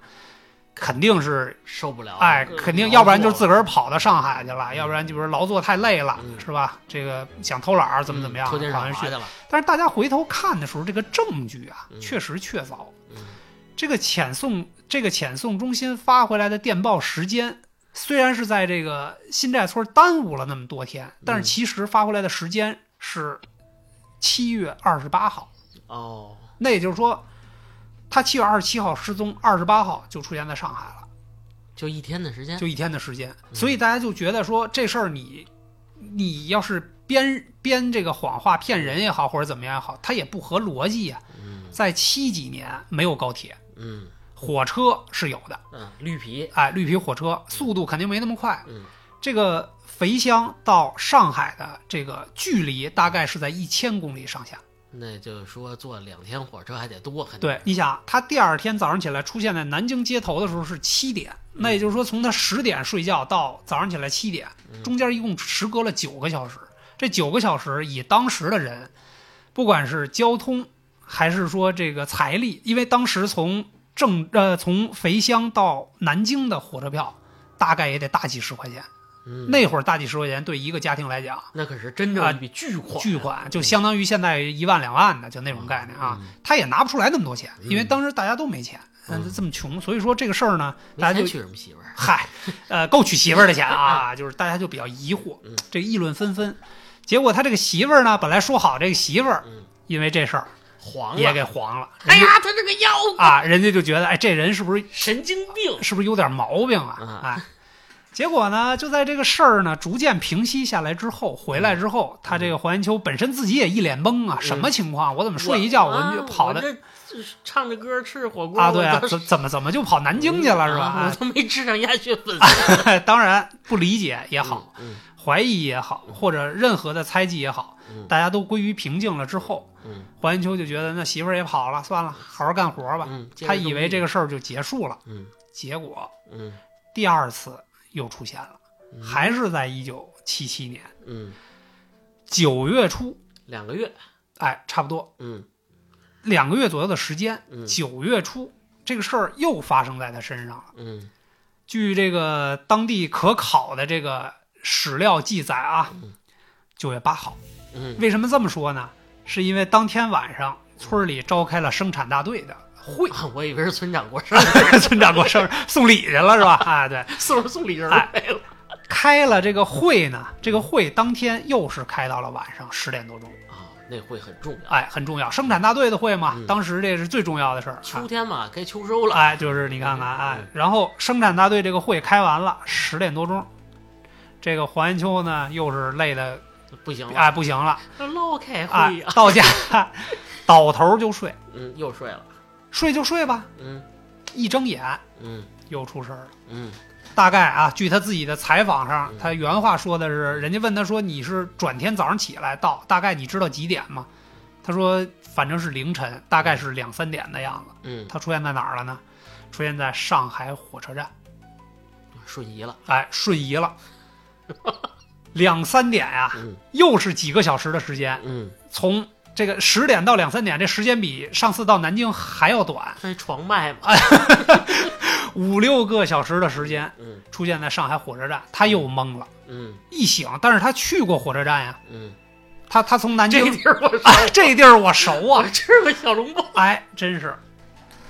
肯定是
受不了。
哎，
呃
肯定，
劳
要不然
作
就是自个儿跑到上海去了，要不然就是劳作太累了，
嗯
是吧？这个想偷懒儿怎么怎么样，
嗯
啊跑
偷奸
上
耍
去
滑去。了。
但是大家回头看的时候，这个证据啊，
嗯
确实确凿。
嗯
这个遣送这个遣送中心发回来的电报时间，虽然是在这个新寨村耽误了那么多天，
嗯
但是其实发回来的时间是七月二十八号，
哦，
那也就是说，他七月二十七号失踪，二十八号就出现在上海了。
就一天的时间。
就一天的时间，
嗯
所以大家就觉得说这事儿你，你要是编编这个谎话骗人也好，或者怎么样也好，它也不合逻辑呀、
嗯
在七几年没有高铁，
嗯
火车是有的，
嗯，绿皮。
哎，绿皮火车速度肯定没那么快。
嗯
这个肥乡到上海的这个距离大概是在一千公里上下。
那就是说坐两天火车还得多，肯定。
对，你想他第二天早上起来出现在南京街头的时候是七点，那也就是说从他十点睡觉到早上起来七点，中间一共时隔了九个小时。这九个小时以当时的人，不管是交通还是说这个财力，因为当时从郑呃从肥乡到南京的火车票。大概也得大几十块钱，
嗯，
那会儿大几十块钱对一个家庭来讲，
那可是真正一笔巨款，嗯
啊巨款就相当于现在一万两万的，就那种概念啊。他也拿不出来那么多钱，因为当时大家都没钱，嗯，这么穷，所以说这个事儿呢，大
没钱
家就
娶什么媳妇儿？
嗨， 呃，够娶媳妇儿的 钱啊，就是大家就比较疑惑
嗯，
这议论纷纷。结果他这个媳妇儿呢，本来说好这个媳妇儿
嗯，
因为这事儿
黄
也
了。
给黄了，
哎
人家
呀，他这个腰
啊，人家就觉得哎，这人是不是
神经病。
是不是有点毛病啊
啊？
哎，结果呢，就在这个事儿呢逐渐平息下来之后，回来之后，
嗯
他这个黄延秋本身自己也一脸懵啊，什么情况？我怎么睡一觉
啊
我就跑的
我这唱着歌吃着火锅
啊？对啊，
我
怎
都
怎么怎么就跑南京去了是
啊
吧
我？都没吃上鸭血粉。
哎当然不理解也好，
嗯
怀疑也好，或者任何的猜忌也好
嗯，
大家都归于平静了之后，
嗯
黄延秋就觉得那媳妇儿也跑了，算了，好好干活吧。
嗯，
他以为这
个
个事儿就结束了，
嗯
结果
嗯
第二次又出现了，还是在一九七七年
嗯，
九月初，
两个月，
哎，差不多
嗯
两个月左右的时间
嗯，
九月初这个事儿又发生在他身上了。
嗯
据这个当地可考的这个史料记载啊，九月八号。
嗯
为什么这么说呢？是因为当天晚上村里召开了生产大队的会，
啊我以为是村长过生
村长过生日送礼去了是吧？啊，对，
日，送送礼人儿
哎
来了
开了这个会呢，这个会当天又是开到了晚上十点多钟，
啊，那会很重要。
哎，很重要，生产大队的会嘛
嗯，
当时这是最重要的事儿。啊
秋天嘛，该秋收了。
哎，就是你看看，
嗯
哎，然后生产大队这个会开完了，十点多钟，这个黄延秋呢又是累的，
不行了，
哎，不行了，
老开会
哎
嗯呀、，
到家 倒头就睡，
嗯，又睡了，
睡就睡吧，
嗯
一睁眼
嗯
又出事儿了。
嗯
大概啊，据他自己的采访上
嗯，
他原话说的是，人家问他说你是转天早上起来到，大概你知道几点吗？他说反正是凌晨，大概是两三点的样子。
嗯，
他出现在哪儿了呢？出现在上海火车站，
瞬移了，
哎，瞬移了。两三点呀、
嗯
又是几个小时的时间，
嗯，
从这个十点到两三点，这时间比上次到南京还要短，
开床麦嘛，
五六个小时的时间
嗯
出现在上海火车站，他又懵了。
嗯
一醒，但是他去过火车站呀，
嗯，
他他从南
这
京
地儿我熟，
啊，这地儿我熟
我
啊，
吃过小笼包，
哎，真是，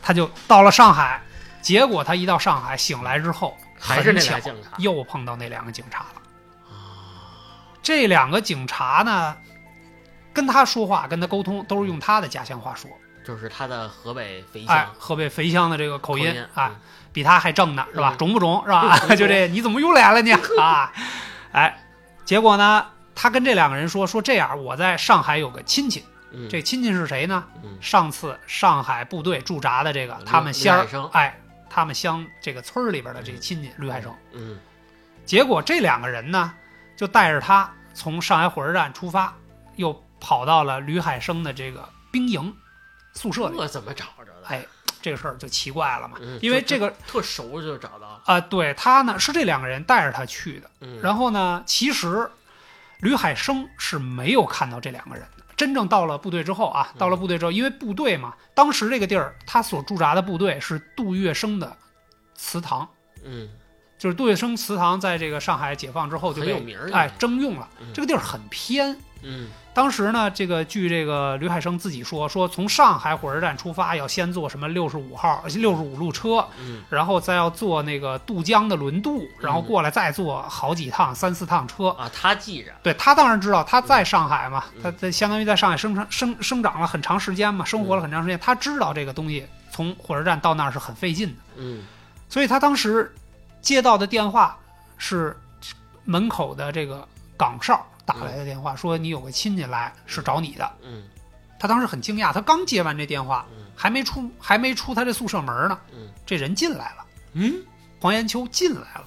他就到了上海，结果他一到上海醒来之后，
还是那俩
很巧
警察
又碰到那两个警察了。
啊，
这两个警察呢，跟他说话、跟他沟通，都是用他的家乡话说，
就是他的河北肥
哎
乡，
河北肥乡的这个口
口
音
音
啊，，比他还正呢，是吧？
嗯
中不中是 吧？
嗯
就这，你怎么又来了你啊？哎，结果呢，他跟这两个人说说这样，我在上海有个亲戚，
嗯，
这亲戚是谁呢？
嗯
上次上海部队驻扎的这个
吕
他们乡
吕海生
儿，哎，他们乡这个村儿里边的这亲戚吕海生。
嗯
结果这两个人呢，就带着他从上海火车站出发，又跑到了吕海生的这个兵营宿舍里。
这怎么找着的？
哎，这个事儿就奇怪了嘛
嗯，
因为这个
特熟就找到了，
啊、对他呢是这两个人带着他去的。
嗯，
然后呢，其实吕海生是没有看到这两个人的。真正到了部队之后
嗯
啊，到了部队之后，因为部队嘛，当时这个地儿他所驻扎的部队是杜月笙的祠堂，
嗯
就是杜月笙祠堂在这个上海解放之后就
很有
被
名儿啊
哎
应该
征用了
嗯。
这个地儿很偏。
嗯
当时呢，这个据这个吕海生自己说，说从上海火车站出发要先坐什么六十五号、六十五路车，
嗯
然后再要坐那个渡江的轮渡，然后过来再坐好几趟、三四趟车，
啊，他记着，
对他当然知道，他在上海嘛，
嗯
他他相当于在上海生长生生长了很长时间嘛，生活了很长时间，他知道这个东西从火车站到那儿是很费劲的，
嗯
所以他当时接到的电话是门口的这个岗哨打来的电话，说你有个亲戚来是找你的，
嗯
他当时很惊讶，他刚接完这电话
嗯，
还没出还没出他这宿舍门呢，
嗯
这人进来了，
嗯，
黄延秋进来了，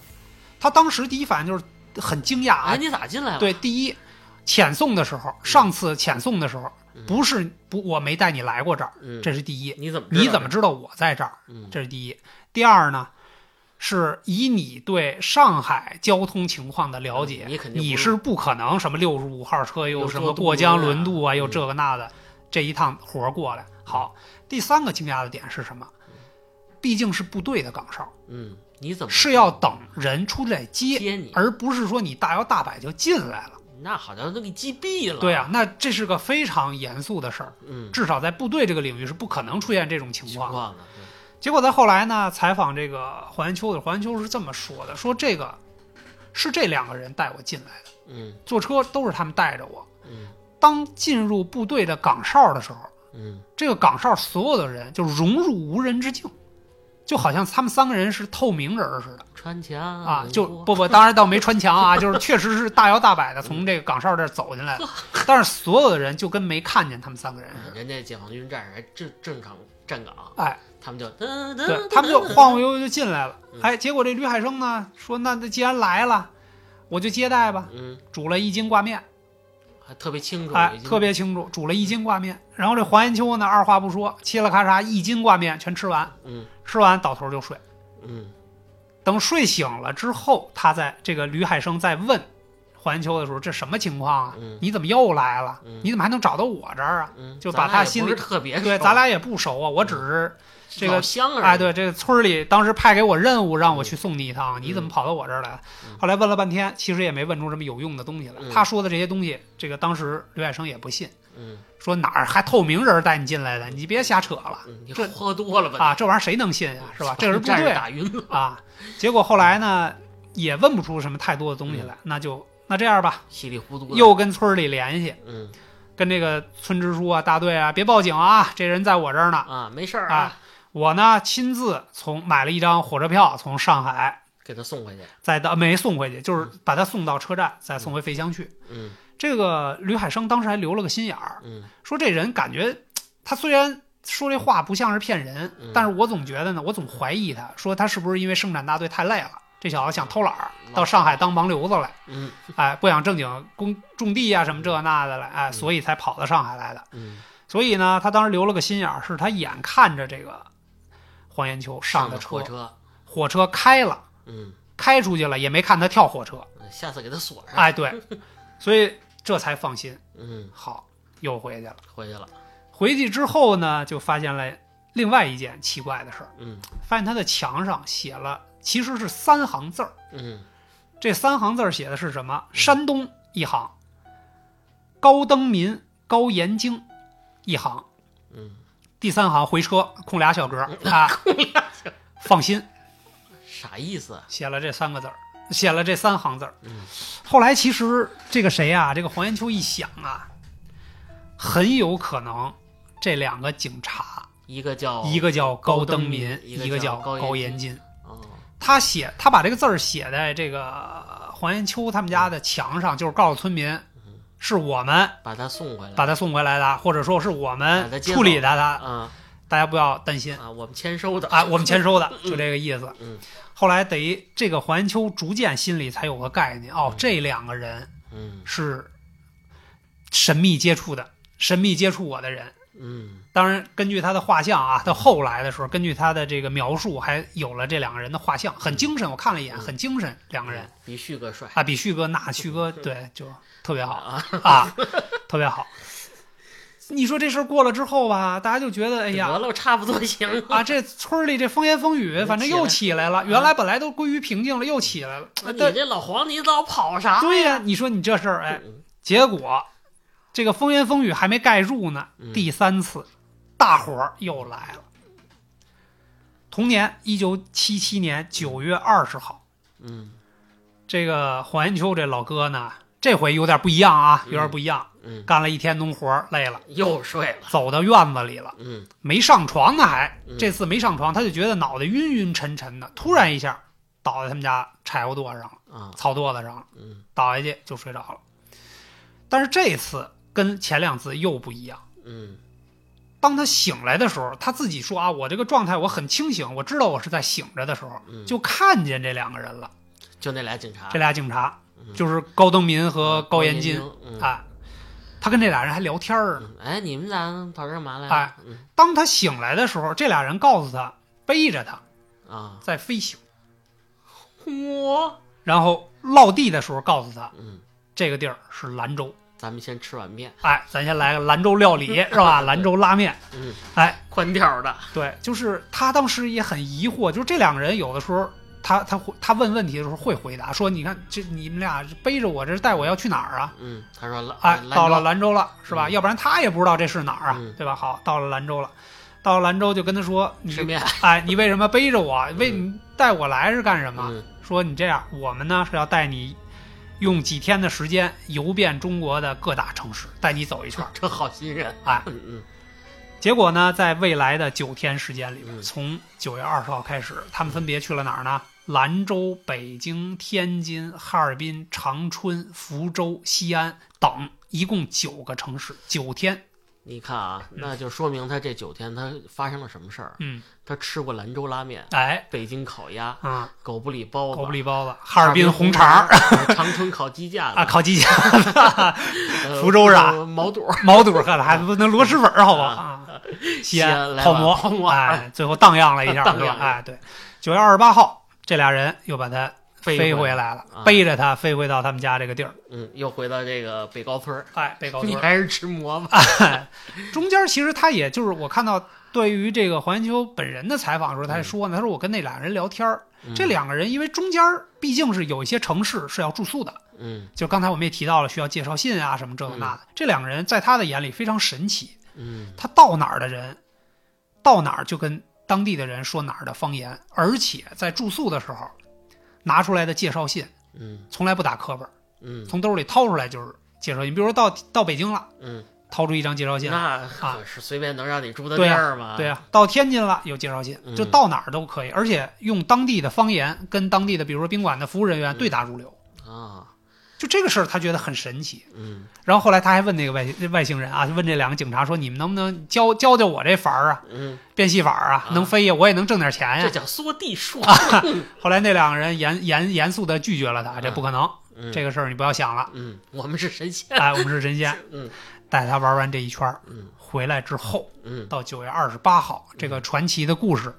他当时第一反应就是很惊讶啊
哎，，你咋进来了？
对，第一，遣送的时候，上次遣送的时候
嗯
不是不，我没带你来过这儿，
嗯，
这是第一。
你怎么
你怎
么
么知道我在这儿？
嗯
这是第一。第二呢，是以你对上海交通情况的了解，
嗯你肯定不是
是不可能什么六十五号车
又
又什
坐
么
渡
过江
轮啊
轮渡啊，又
嗯
这个那的，这一趟活儿过来。好，第三个惊讶的点是什么？毕竟是部队的岗哨，
嗯，你怎么
是要等人出来接，
接你？
而不是说你大摇大摆就进来了。
那好像都给击毙了。
对啊，那这是个非常严肃的事儿，
嗯，
至少在部队这个领域是不可能出现这种情
情
况。
况呢？
结果在后来呢，采访这个黄延秋的，黄延秋是这么说的：说这个是这两个人带我进来的，
嗯
坐车都是他们带着我。
嗯
当进入部队的岗哨的时候，
嗯
这个岗哨所有的人就融入无人之境，就好像他们三个人是透明人儿似的。
嗯，穿墙
啊，
能
就
过
不不，当然倒没穿墙啊， 就是确实是大摇大摆的从这个岗哨这儿走进来的，但是所有的人就跟没看见他们三个人似的，
人家解放军战士还正正常站岗，
哎，
他们就
对
嗯对嗯
他们就晃晃悠悠就进来了，哎，结果这吕海生呢说，那那既然来了，我就接待吧，
嗯，
煮了一斤挂面，
还特别清楚，
哎
已，经
特别清楚，煮了一斤挂面，然后这黄延秋呢二话不说，切了咔嚓一斤挂面全吃完，
嗯
吃完倒头就睡，
嗯
等睡醒了之后，他在这个吕海生在问黄延秋的时候，这什么情况啊？
嗯
你怎么又来了？
嗯
你怎么还能找到我这儿啊？
嗯，
就
咱
把
俩
他
也
心
不
里
是特别
对，
熟
咱俩也不熟啊，我只是这个
老乡而
哎，
已，
对，这个村儿里当时派给我任务，让
嗯
我去送你一趟，你怎么
嗯
跑到我这儿来了
嗯？
后来问了半天，其实也没问出什么有用的东西来
嗯。
他说的这些东西，这个当时刘海生也不信，
嗯
说哪儿还透明人带你进来的？你别瞎扯了
嗯，你
这
喝多了吧？
啊，这玩意儿谁能信啊？是吧？ 这个是不
战士
对
打晕了，
啊。结果后来呢，也问不出什么太多的东西
嗯
来，那就那这样吧，
稀里糊涂的，
又跟村儿里联系，
嗯
跟这个村支书啊、大队啊，别报警啊，这人在我这儿呢。
啊，没事儿
啊，我呢亲自从买了一张火车票，从上海
给他送回去，
再到没送回去，就是把他送到车站，再送回飞乡去。
嗯
这个吕海生当时还留了个心眼儿，
嗯
说这人感觉他虽然说这话不像是骗人
嗯，
但是我总觉得呢，我总怀疑他，说他是不是因为生产大队太累了，这小子想偷懒儿
嗯
到上海当盲流子来，
嗯
哎，不想正经工种地啊什么这那的来，哎，所以才跑到上海来的。
嗯，
所以呢，他当时留了个心眼儿，是他眼看着这个黄延秋上的
的
车
火，车，
火车开了，
嗯，
开出去了，也没看他跳火车。
下次给他锁上，
哎，对，所以这才放心。
嗯，
好，又回去了。
回去了，
回去之后呢，就发现了另外一件奇怪的事儿，
嗯
发现他的墙上写了，其实是三行字儿。
嗯
这三行字儿写的是什么？山东一行，高登民、高延京一行，
嗯，
第三行回车空俩小格儿啊。放心，
啥意思？啊
写了这三个字儿，写了这三行字儿。
嗯
后来其实这个谁啊，这个黄延秋一想啊，很有可能这两个警察，
一个叫
一个叫哦高登
高
民，
登民
一个叫高延金。
哦，
他写他把这个字儿写在这个黄延秋他们家的墙上，就是告诉村民，是我们
把他送回来，
把他送回来的，或者说是我
把他
们
接走
处理的嗯他，
啊
大家不要担心。
啊，我们签收的
啊，我们签收的，就这个意思。
嗯，
后来得这个黄延秋逐渐心里才有个概念，哦
嗯，
这两个人
嗯
是神秘接触的，神秘接触我的人。
嗯
当然，根据他的画像啊，到后来的时候，根据他的这个描述，还有了这两个人的画像，很精神。我看了一眼，
嗯
很精神，两个人
比旭哥帅
啊，比旭 哥那旭哥对就特别好
啊，
啊，特别好。 你说这事儿过了之后吧，大家就觉得哎呀，
得了，差不多行 了。
啊，这村儿里这风言风语，反正又起来了。原来本来都归于平静了，又起来了。
那你
但
这老黄，你老跑啥？
对呀、你说你这事儿，哎，
嗯
结果这个风言风语还没盖住呢，
嗯
第三次，大伙儿又来了。同年，一九七七年九月二十号，
嗯
这个黄延秋这老哥呢，这回有点不一样啊，
嗯
有点不一样，
嗯，
干了一天农活儿，累了，
又睡了。
走到院子里了。
嗯
没上床呢还，
嗯
这次没上床，他就觉得脑袋晕晕沉沉的，突然一下倒在他们家柴火垛上了，
啊
草垛子上了，
嗯
倒下去就睡着了。但是这次跟前两次又不一样，
嗯
当他醒来的时候，他自己说啊，我这个状态我很清醒，我知道我是在醒着的时候，
嗯，啊
就看见这两个人了，
就那俩警察
这，俩警察
嗯
就是高登民和
嗯
高延金。
嗯
啊，他跟这俩人还聊天儿呢。
嗯哎，你们俩跑这儿干嘛来了？
哎
嗯
当他醒来的时候，这俩人告诉他背着他
啊，
在飞行。
我
然后落地的时候告诉他，
嗯，
这个地儿是兰州。
咱们先吃碗面，
哎，咱先来个兰州 料理是吧？兰州拉面。
嗯，
哎，
宽条的，
对，就是他当时也很疑惑，就是这两个人有的时候他他会他问问题的时候会回答说，你看这你们俩背着我这是带我要去哪儿啊？
嗯，他说兰
哎，
兰
到了
州
兰州了是吧？
嗯
要不然他也不知道这是哪儿啊
嗯，
对吧？好，到了兰州了。到了兰州就跟他说：“你
吃面
哎，你为什么背着我？为你带我来是干什么？
嗯
说你这样，我们呢是要带你用几天的时间游遍中国的各大城市，带你走一圈儿。
这好心人，
哎，
嗯嗯
结果呢，在未来的九天时间里边，
嗯
从九月二十号开始，他们分别去了哪儿呢？兰州、北京、天津、哈尔滨、长春、福州、西安等，一共九个城市，九天。
你看啊，那就说明他这九天他发生了什么事儿？
嗯，
他吃过兰州拉面、
哎，
北京烤鸭、
啊、
狗不理包子、
狗不
理、
理包子，哈
哈
尔滨红
红
肠儿
肠、 长春烤鸡架
啊，
子、
烤鸡架、
呃
福州啊
呃毛肚、
毛肚儿喝了，还不能螺蛳粉儿，好不好？啊 西
西安
安
来
泡
碗
馍，
泡馍啊
哎，最后荡漾了一下，
荡
是吧
漾？了
哎，对，九月二十八号，这俩人又把他
飞
飞
回
回来了，
啊
背着他飞回到他们家这个地儿。
嗯，又回到这个北高村儿，
哎，被告
你
村。啊
还是吃馍吧。
中间其实他也就是我看到对于这个黄延秋本人的采访的时候，
嗯
他还说呢，他说我跟那俩人聊天儿，这两个人因为中间毕竟是有一些城市是要住宿的，
嗯
就刚才我们也提到了需要介绍信啊什么这个那的，这两个人在他的眼里非常神奇，
嗯
他到哪儿的人，到哪儿就跟当地的人说哪儿的方言，而且在住宿的时候拿出来的介绍信
嗯
从来不打磕巴，
嗯
从兜里掏出来就是介绍信，比如说到到北京了，
嗯，
掏出一张介绍信。
那可是随便能让你住的地
啊对呀
儿吗？
对啊，到天津了有介绍信，就
嗯
到哪儿都可以，而且用当地的方言跟当地的，比如说宾馆的服务人
嗯
员对答如流。
啊，
就这个事儿，他觉得很神奇。
嗯
然后后来他还问那个外星外星人啊，问这两个警察说：“你们能不能教教教我这法儿啊，
嗯，
变戏法儿啊
啊？
能飞呀，我也能挣点钱
这
哎呀。啊
叫缩地术。”
后来那两个人严严严肃的拒绝了他，
嗯
这不可能，
嗯
这个事儿你不要想 了。
嗯，我们是神仙。
哎，我们是神仙，
嗯
带他玩完这一圈儿
嗯
回来之后，
嗯，
到九月二十八号，这个传奇的故事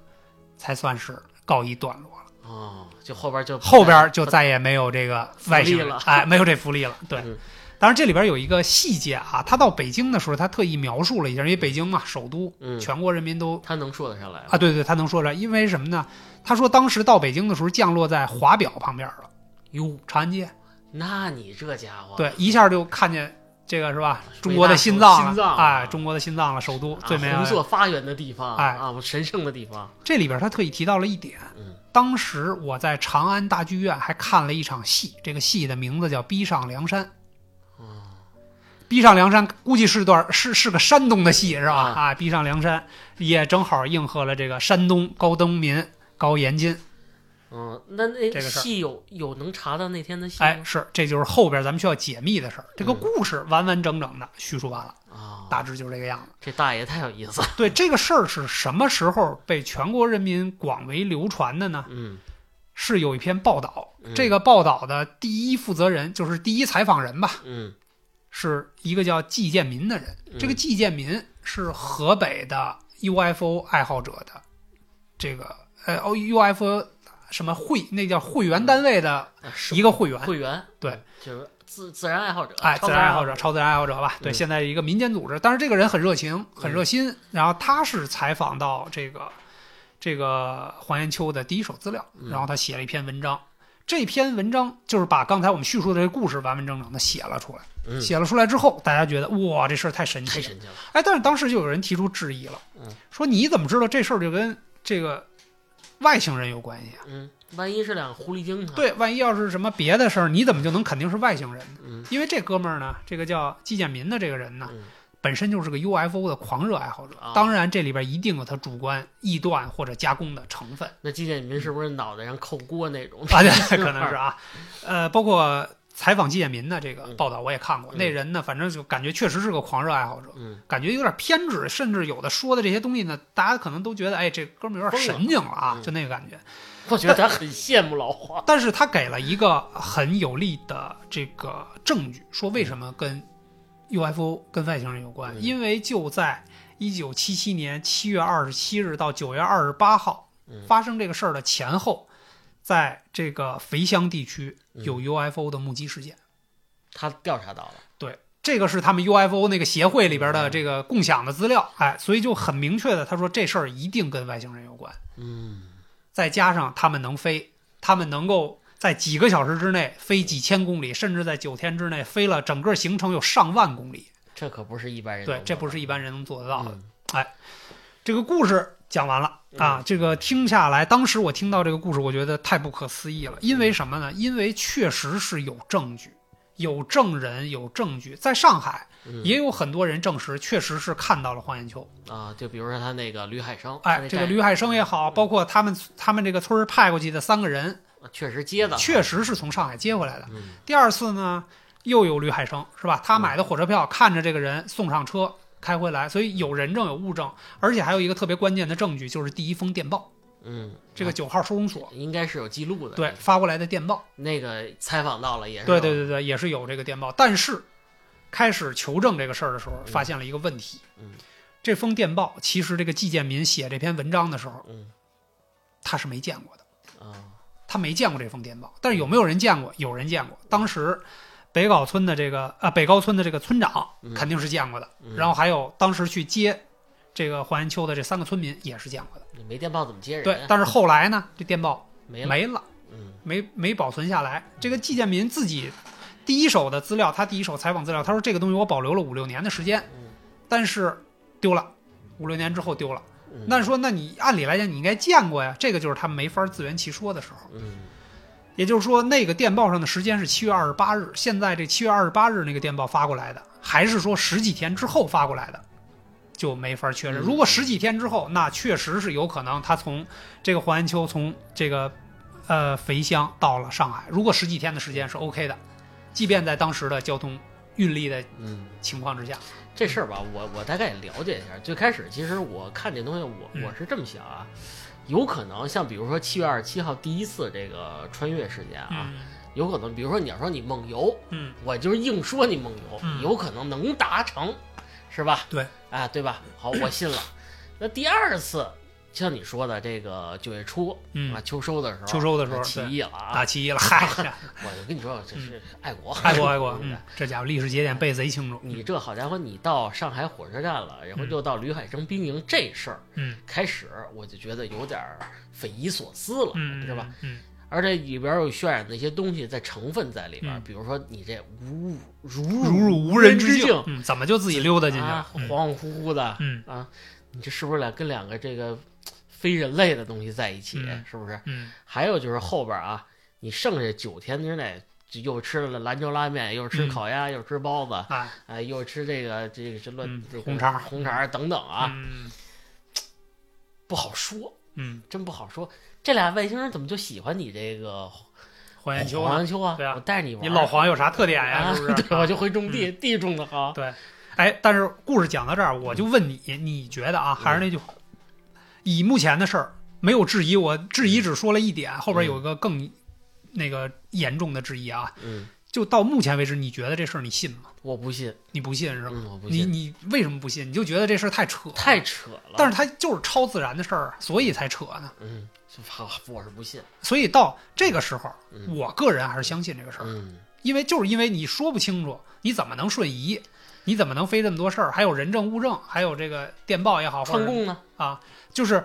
才算是告一段落。
哦，就后边就
后边就再也没有这个外星人
福利了
哎，没有这福 利了。对
嗯，
当然这里边有一个细节啊，他到北京的时候，他特意描述了一下，因为北京嘛，首都，
嗯
全国人民都
他能说得上来吗
啊，对对，他能说出来，因为什么呢？他说当时到北京的时候，降落在华表旁边了，
哟，
长安街，
那你这家伙，
对，一下就看见这个是吧？
啊大
中国的
心
心脏了，
脏啊
哎，中国的心脏了，首都
啊
最美、
红色发源的地方，
哎
啊，神圣的地方，
这里边他特意提到了一点，
嗯
当时我在长安大剧院还看了一场戏，这个戏的名字叫《逼上梁山》。
哦
逼上梁山估计是段是是个山东的戏是吧？
啊
啊，逼上梁山也正好应和了这个山东高登民高延金。
嗯，那那
这个事儿
戏有有能查到那天的戏
哎，
吗？
是，这就是后边咱们需要解密的事儿。这个故事完完整整的叙述完了，
嗯啊，
大致就是这个样子。
这大爷太有意思了，
对这个事儿是什么时候被全国人民广为流传的呢？
嗯
是有一篇报道
嗯，
这个报道的第一负责人就是第一采访人吧，
嗯
是一个叫季建民的人。
嗯
这个季建民是河北的 UFO 爱好者的这个呃哦 UFO 什么会那叫会员单位的
啊是
一个会员，
会员，
对，
就是自自然爱好者，
哎，
超
自
自
然爱
好
好者、，超自然爱好者吧，对，
嗯
现在一个民间组织。但是这个人很热情，很热心。然后他是采访到这个这个黄延秋的第一手资料，然后他写了一篇文章。这篇文章就是把刚才我们叙述的这个故事完完整整的写了出来。
嗯
写了出来之后，大家觉得哇，这事儿太神奇
太
了。
神奇了，
哎，但是当时就有人提出质疑了
嗯，
说你怎么知道这事儿就跟这个外星人有关系啊？
嗯，万一是两个狐狸精呢？，
对，万一要是什么别的事儿，你怎么就能肯定是外星人呢？
嗯
因为这哥们儿呢，这个叫季建民的这个人呢，
嗯
本身就是个 UFO 的狂热爱好者
啊。
当然，这里边一定有他主观、臆断或者加工的成 分
那季建民是不是脑袋上扣锅那种？
啊，对，可能是 啊。呃，包括采访季建民的这个报道我也看过，
嗯
那人呢，反正就感觉确实是个狂热爱好者。
嗯
感觉有点偏执，甚至有的说的这些东西呢，大家可能都觉得，哎，这哥们儿有点
疯了
神经了啊，
嗯
就那个感觉。
我觉得他很羡慕老黄。
但是他给了一个很有力的这个证据，说为什么跟 UFO 跟外星人有关，
嗯
因为就在一九七七年七月二十七日到九月二十八号
嗯
发生这个事儿的前后，在这个肥乡地区
嗯
有 UFO 的目击事件。
他调查到了，
对，这个是他们 UFO 那个协会里边
嗯
的这个共享的资料，哎，所以就很明确的，他说这事儿一定跟外星人有关。
嗯
再加上他们能飞，他们能够在几个小时之内飞几千公里，甚至在九天之内飞了整个行程有上万公里。，
这可不是一般人能
对
做，
这不是一般人能做得到的。
嗯
这个故事讲完了啊，这个听下来，当时我听到这个故事，我觉得太不可思议了。因为什么呢？因为确实是有证据。有证人，有证据，在上海
嗯
也有很多人证实，确实是看到了黄延秋。
啊，就比如说他那个吕海生，他
哎，
那
这个
战
吕海生也好，
嗯
包括他们他们这个村儿派过去的三个人，
啊确实接的，
确实是从上海接回来的。
嗯
第二次呢，又有吕海生是吧？他买的火车票，看着这个人送上车开回来，所以有人证有物证，而且还有一个特别关键的证据，就是第一封电报，
嗯，
这个九号收容所
应该是有记录的，
对发过来的电报，
那个采访到了也是，
对对，对对，也是有这个电报。但是开始求证这个事儿的时候，发现了一个问题，
嗯，
这封电报其实这个季建民写这篇文章的时候，
嗯
他是没见过的。
啊，
他没见过这封电报，但是
嗯
有没有人见过？有人见过。当时北碕村的这个啊、北高村的这个村长
嗯
肯定是见过的，
嗯
然后还有当时去接这个黄延秋的这三个村民也是见过的。
你没电报怎么接人？
对，，但是后来呢，这电报
没了。
没了，
嗯
没没保存下来。这个季建民自己第一手的资料，他第一手采访资料，他说这个东西我保留了五六年的时间，
嗯
但是丢了，五六年之后丢了。
嗯，
那说，那你按理来讲，你应该见过呀。这个就是他没法自圆其说的时候。
嗯
也就是说，那个电报上的时间是七月二十八日，现在这七月二十八日那个电报发过来的，还是说十几天之后发过来的，就没法确认。
嗯
如果十几天之后，那确实是有可能他从这个黄安秋从这个呃肥乡到了上海。如果十几天的时间是 OK 的，即便在当时的交通运力的
嗯，
情况之下，
这事儿吧，我我大概也了解一下。最开始其实我看这东西，
嗯
我我是这么想啊，有可能像比如说七月二十七号第一次这个穿越事件啊，
嗯
有可能比如说你要说你梦游，
嗯
我就是硬说你梦游，
嗯
有可能能达成，是吧？
对，
啊，对吧？好，我信了。那第二次，像你说的这个九月初啊，
嗯，
秋收的时候，
秋收的时候
起
对
义了啊！
打起义了， 嗨，
我就跟你说，这是爱国，，
爱国爱国
对不对
嗯，这家伙历史节点背贼清楚，
你这好家伙，你到上海火车站了，然后
嗯
又到吕海生兵营这事儿
嗯
开始，我就觉得有点儿匪夷所思了，
嗯，
是吧？？
嗯
而且里边儿有渲染的一些东西在成分在里边儿，
嗯
比如说你这无如
如入
嗯无
无人
之
之境，嗯，怎么就自己溜达进去
啊
了？，
恍恍惚惚的，
嗯
啊，你这是不是两跟两个这个非人类的东西在一起？
嗯
是不是？
嗯
还有就是后边啊，你剩下九天之内。就又吃了兰州拉面，又吃
嗯
烤鸭，又吃包子，
啊
哎，又吃这个这个这乱、
嗯
这个
红肠儿
红肠儿等等啊，
嗯
不好说，
嗯，
真不好说。这俩外星人怎么就喜欢你这个
黄延秋
黄
呢，
延秋啊？
对啊
我带你玩儿，
你老黄有啥特点呀？
啊
是不嗯是？
对，我就会种地，地啊种的好。
对，哎，但是故事讲到这儿，我就问你，你觉得啊？
嗯
还是那句话，以目前的事儿，没有质疑，我质
嗯
疑只说了一点，后边有一个更那个严重的质疑啊。
嗯，
就到目前为止，你觉得这事儿你信吗？
我不信，
你不信是吧？
嗯，我不
你
信，
你为什么不信？你就觉得这事儿太扯，
太。扯了。
但
是，
是它就是超自然的事儿啊，所以才扯呢。
嗯，是好，我是不信。
所以到这个时候，
嗯
我个人还是相信这个事儿，
嗯
因为就是因为你说不清楚，你怎么能瞬移？你怎么能飞这么多事儿？还有人证物证，还有这个电报也好，或
串
者
供呢？
啊，就是，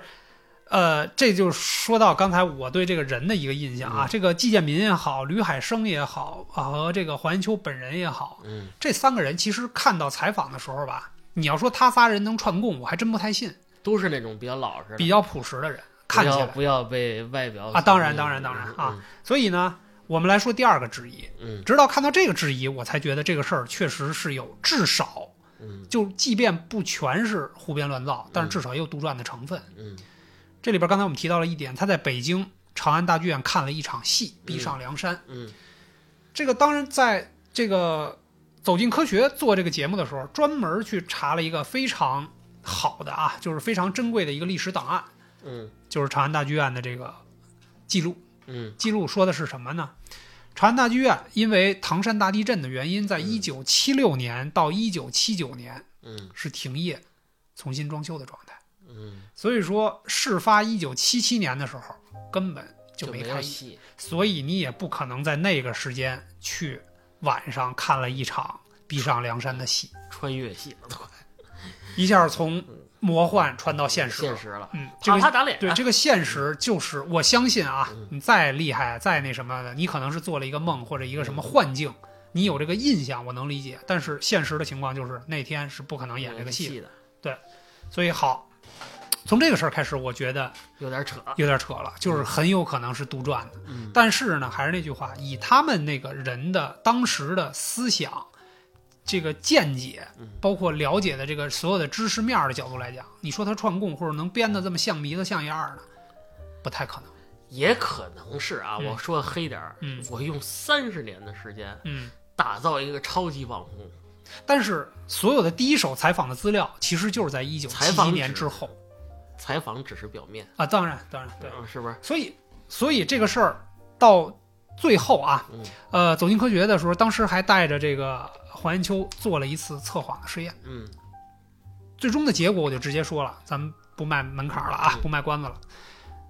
呃，这就说到刚才我对这个人的一个印象啊，
嗯
这个季建民也好，吕海生也好，啊和这个黄延秋本人也好，
嗯
这三个人其实看到采访的时候吧，你要说他仨人能串供，我还真不太信，
都是那种比较老实的，
比较朴实的人，看
不
起
要
来。
不要被外表
啊当然
嗯
当然当然啊，
嗯
所以呢，我们来说第二个质疑，
嗯
直到看到这个质疑，我才觉得这个事儿确实是有，至少
嗯
就即便不全是胡编乱造，但是至少也有杜撰的成分。
嗯
这里边刚才我们提到了一点，他在北京长安大剧院看了一场戏《壁上梁山》。
嗯
这个当然在这个《走进科学》做这个节目的时候，专门去查了一个非常好的啊，就是非常珍贵的一个历史档案，
嗯
就是长安大剧院的这个记录。
嗯
记录说的是什么呢？长安大剧院因为唐山大地震的原因，在一九七六年到一九七九年
嗯
是停业、重新装修的状态。
嗯，
所以说，事发一九七七年的时候，根本就
就
没
有
开业，
戏。
所以你也不可能在那个时间去晚上看了一场《逼上梁山》的戏，
穿越戏了，都快
一下从魔幻穿到现
嗯
实。
现实了，
嗯，这
啪
个
啪打脸。
对，这个现实就是我相信啊
嗯，
你再厉害再那什么的，你可能是做了一个梦或者一个
嗯
什么幻境，你有这个印象，我能理解。但是现实的情况就是那天是不可能演这个戏的，
的，
所以好，从这个事儿开始，我觉得
有点扯。
有点扯了，就是很有可能是杜撰的。
嗯
但是呢，还是那句话，以他们那个人的当时的思想、这个见解
嗯，
包括了解的这个所有的知识面儿的角度来讲，你说他串供或者能编得这么像鼻子像样儿呢，不太可能。
也可能是啊，
嗯
我说黑点儿，
嗯
我用三十年的时间
嗯，
打造一个超级网红，
但是所有的第一手采访的资料，其实就是在一九
采
七
访
一
纸
年之后
采访只是表面，
啊，当然当然对，
嗯是不是？
所以所以这个事儿到最后啊，
嗯
呃，走进科学的时候，当时还带着这个黄延秋做了一次测谎的实验。
嗯
最终的结果我就直接说了，咱们不卖门槛了啊，
嗯
不卖关子了，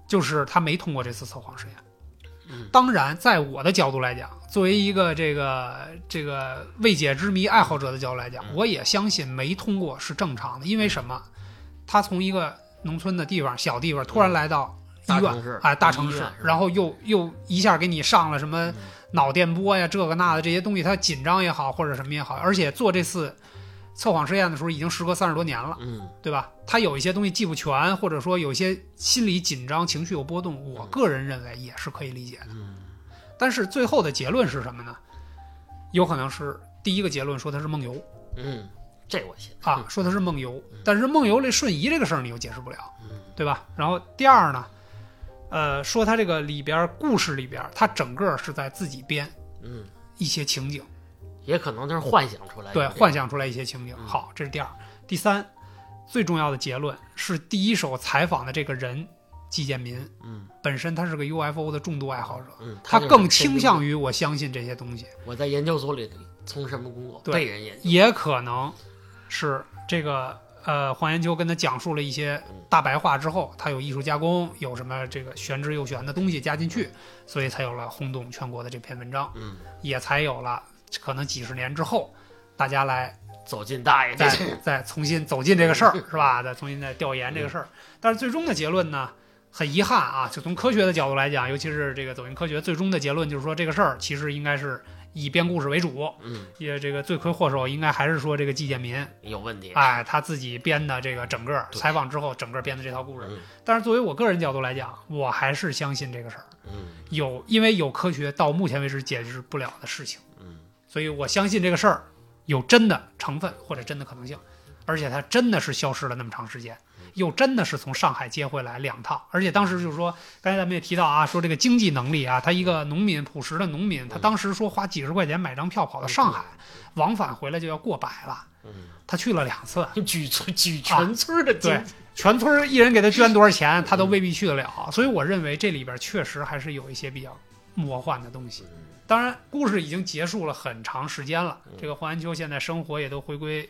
就是他没通过这次测谎实验。
嗯
当然，在我的角度来讲，作为一个这个这个未解之谜爱好者的角度来
嗯
讲，我也相信没通过是正常的。因为什么？他从一个农村的地方、小地方突然来到医
嗯大
院
城市
哎，大城
医
市
院是，吧
然后又又一下给你上了什么
嗯
脑电波呀，这个那的这些东西，他紧张也好，或者什么也好，而且做这次测谎实验的时候，已经时隔三十多年了，
嗯
对吧？他有一些东西记不全，或者说有一些心理紧张、情绪有波动，我个人认为也是可以理解的。
嗯
但是最后的结论是什么呢？有可能是第一个结论说他是梦游
嗯，这我信
啊，，说他是梦游，但是梦游这瞬移这个事儿你又解释不了。
嗯
对吧？然后第二呢，呃，说他这个里边儿故事里边儿，他整个是在自己编
嗯，
一些情景，
也可能就是幻想出来的，
对，幻想出来一些情景。
哎嗯
好，这是第二。第三，最重要的结论是第一手采访的这个人季建民
嗯
本身他是个 UFO 的重度爱好者，
嗯，
他
就是
更倾
神
向于我相信这些东西，
经病我在研究所里从什么工作，
对
被人研究，
也可能是这个。呃，黄延秋跟他讲述了一些大白话之后，他有艺术加工，有什么这个玄之又玄的东西加进去，所以才有了轰动全国的这篇文章。
嗯，
也才有了可能几十年之后，大家来
走进大爷这
再再呃重新走进这个事儿，是吧？再重新再调研这个事儿。但是最终的结论呢，很遗憾啊，就从科学的角度来讲，尤其是这个走进科学，最终的结论就是说这个事儿其实应该是以编故事为主，
嗯
也这个罪魁祸首应该还是说这个季建民，
有问题，
哎，他自己编的这个整个
对
采访之后整个编的这套故事。
嗯
但是作为我个人角度来讲，我还是相信这个事儿
嗯
有，因为有科学到目前为止解决不了的事情。
嗯
所以我相信这个事儿有真的成分或者真的可能性，而且它真的是消失了那么长时间，
嗯
又真的是从上海接回来两趟，而且当时就是说，刚才咱们也提到啊，说这个经济能力啊，他一个农民朴实的农民，他
嗯
当时说花几十块钱买张票跑到上海，往返回来就要过百了，
嗯，
他去了两次，
举村举
啊
全村的经
对， 全村儿一人给他捐多少钱，他都未必去得了。所以我认为这里边确实还是有一些比较魔幻的东西。当然，故事已经结束了很长时间了，这个黄延秋现在生活也都回归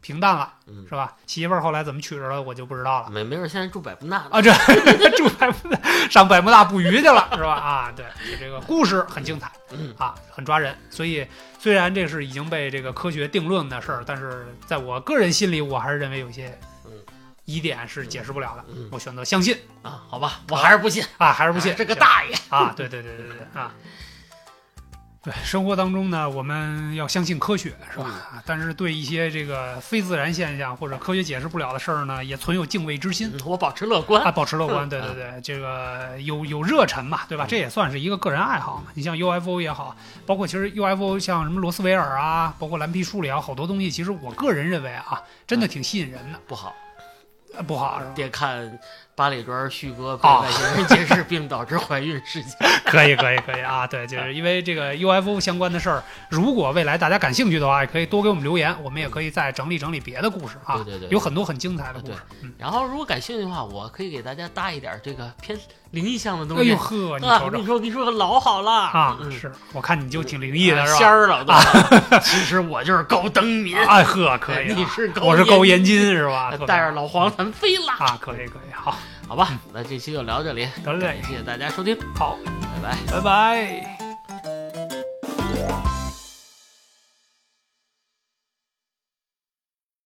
平淡了，
嗯
是吧？媳妇儿后来怎么娶着了，我就不知道了。
没没准现在住百慕大呢，
啊，这 住百慕大，上百慕大捕鱼去了，是吧？啊，对，就这个故事很精彩
嗯
啊，很抓人。所以虽然这是已经被这个科学定论的事儿，但是在我个人心里，我还是认为有些
嗯
疑点是解释不了的。
嗯
我选择相信
啊，好吧，我还是不信，
啊，还是不信、
这个大爷，
啊，对对对对对 啊。对生活当中呢，我们要相信科学，是吧？
嗯
啊但是对一些这个非自然现象或者科学解释不了的事儿呢，也存有敬畏之心。
嗯我保持乐观
啊，，保 持乐观，对对对，这个有有热忱嘛，对吧？
嗯
这也算是一个个人爱好嘛。你像 UFO 也好，包括其实 UFO 像什么罗斯维尔啊，包括蓝皮书里啊，好多东西，其实我个人认为啊，真
嗯
的挺吸引人的。
不好。
呃不 好是吧？
别看八里庄旭哥被
啊
外星人劫持并导致怀孕事件，
可以，可以，可以啊！ 对，就是因为这个 UFO 相关的事儿，如果未来大家感兴趣的话，也可以多给我们留言，我们也可以再整理整理别的故事啊。
对对对对啊
有很多很精彩的故事。嗯
然后如果感兴趣的话，我可以给大家搭一点这个偏灵异向的东
哎
西。
呦呵，你
啊，
瞅
我跟
瞅
你说，我跟你说可老好了
啊，
嗯啊
是我看你就挺灵异的是
仙
吧？
儿了都。 其实我就是高登民，
哎呵，可以啊，
你是高
我是高
延
延金是吧？特别
带着老黄咱飞了。
啊，可以可以，好，
好吧，那这期就聊这里，
得嘞
感，谢大家收听，
好，
拜拜。
拜拜。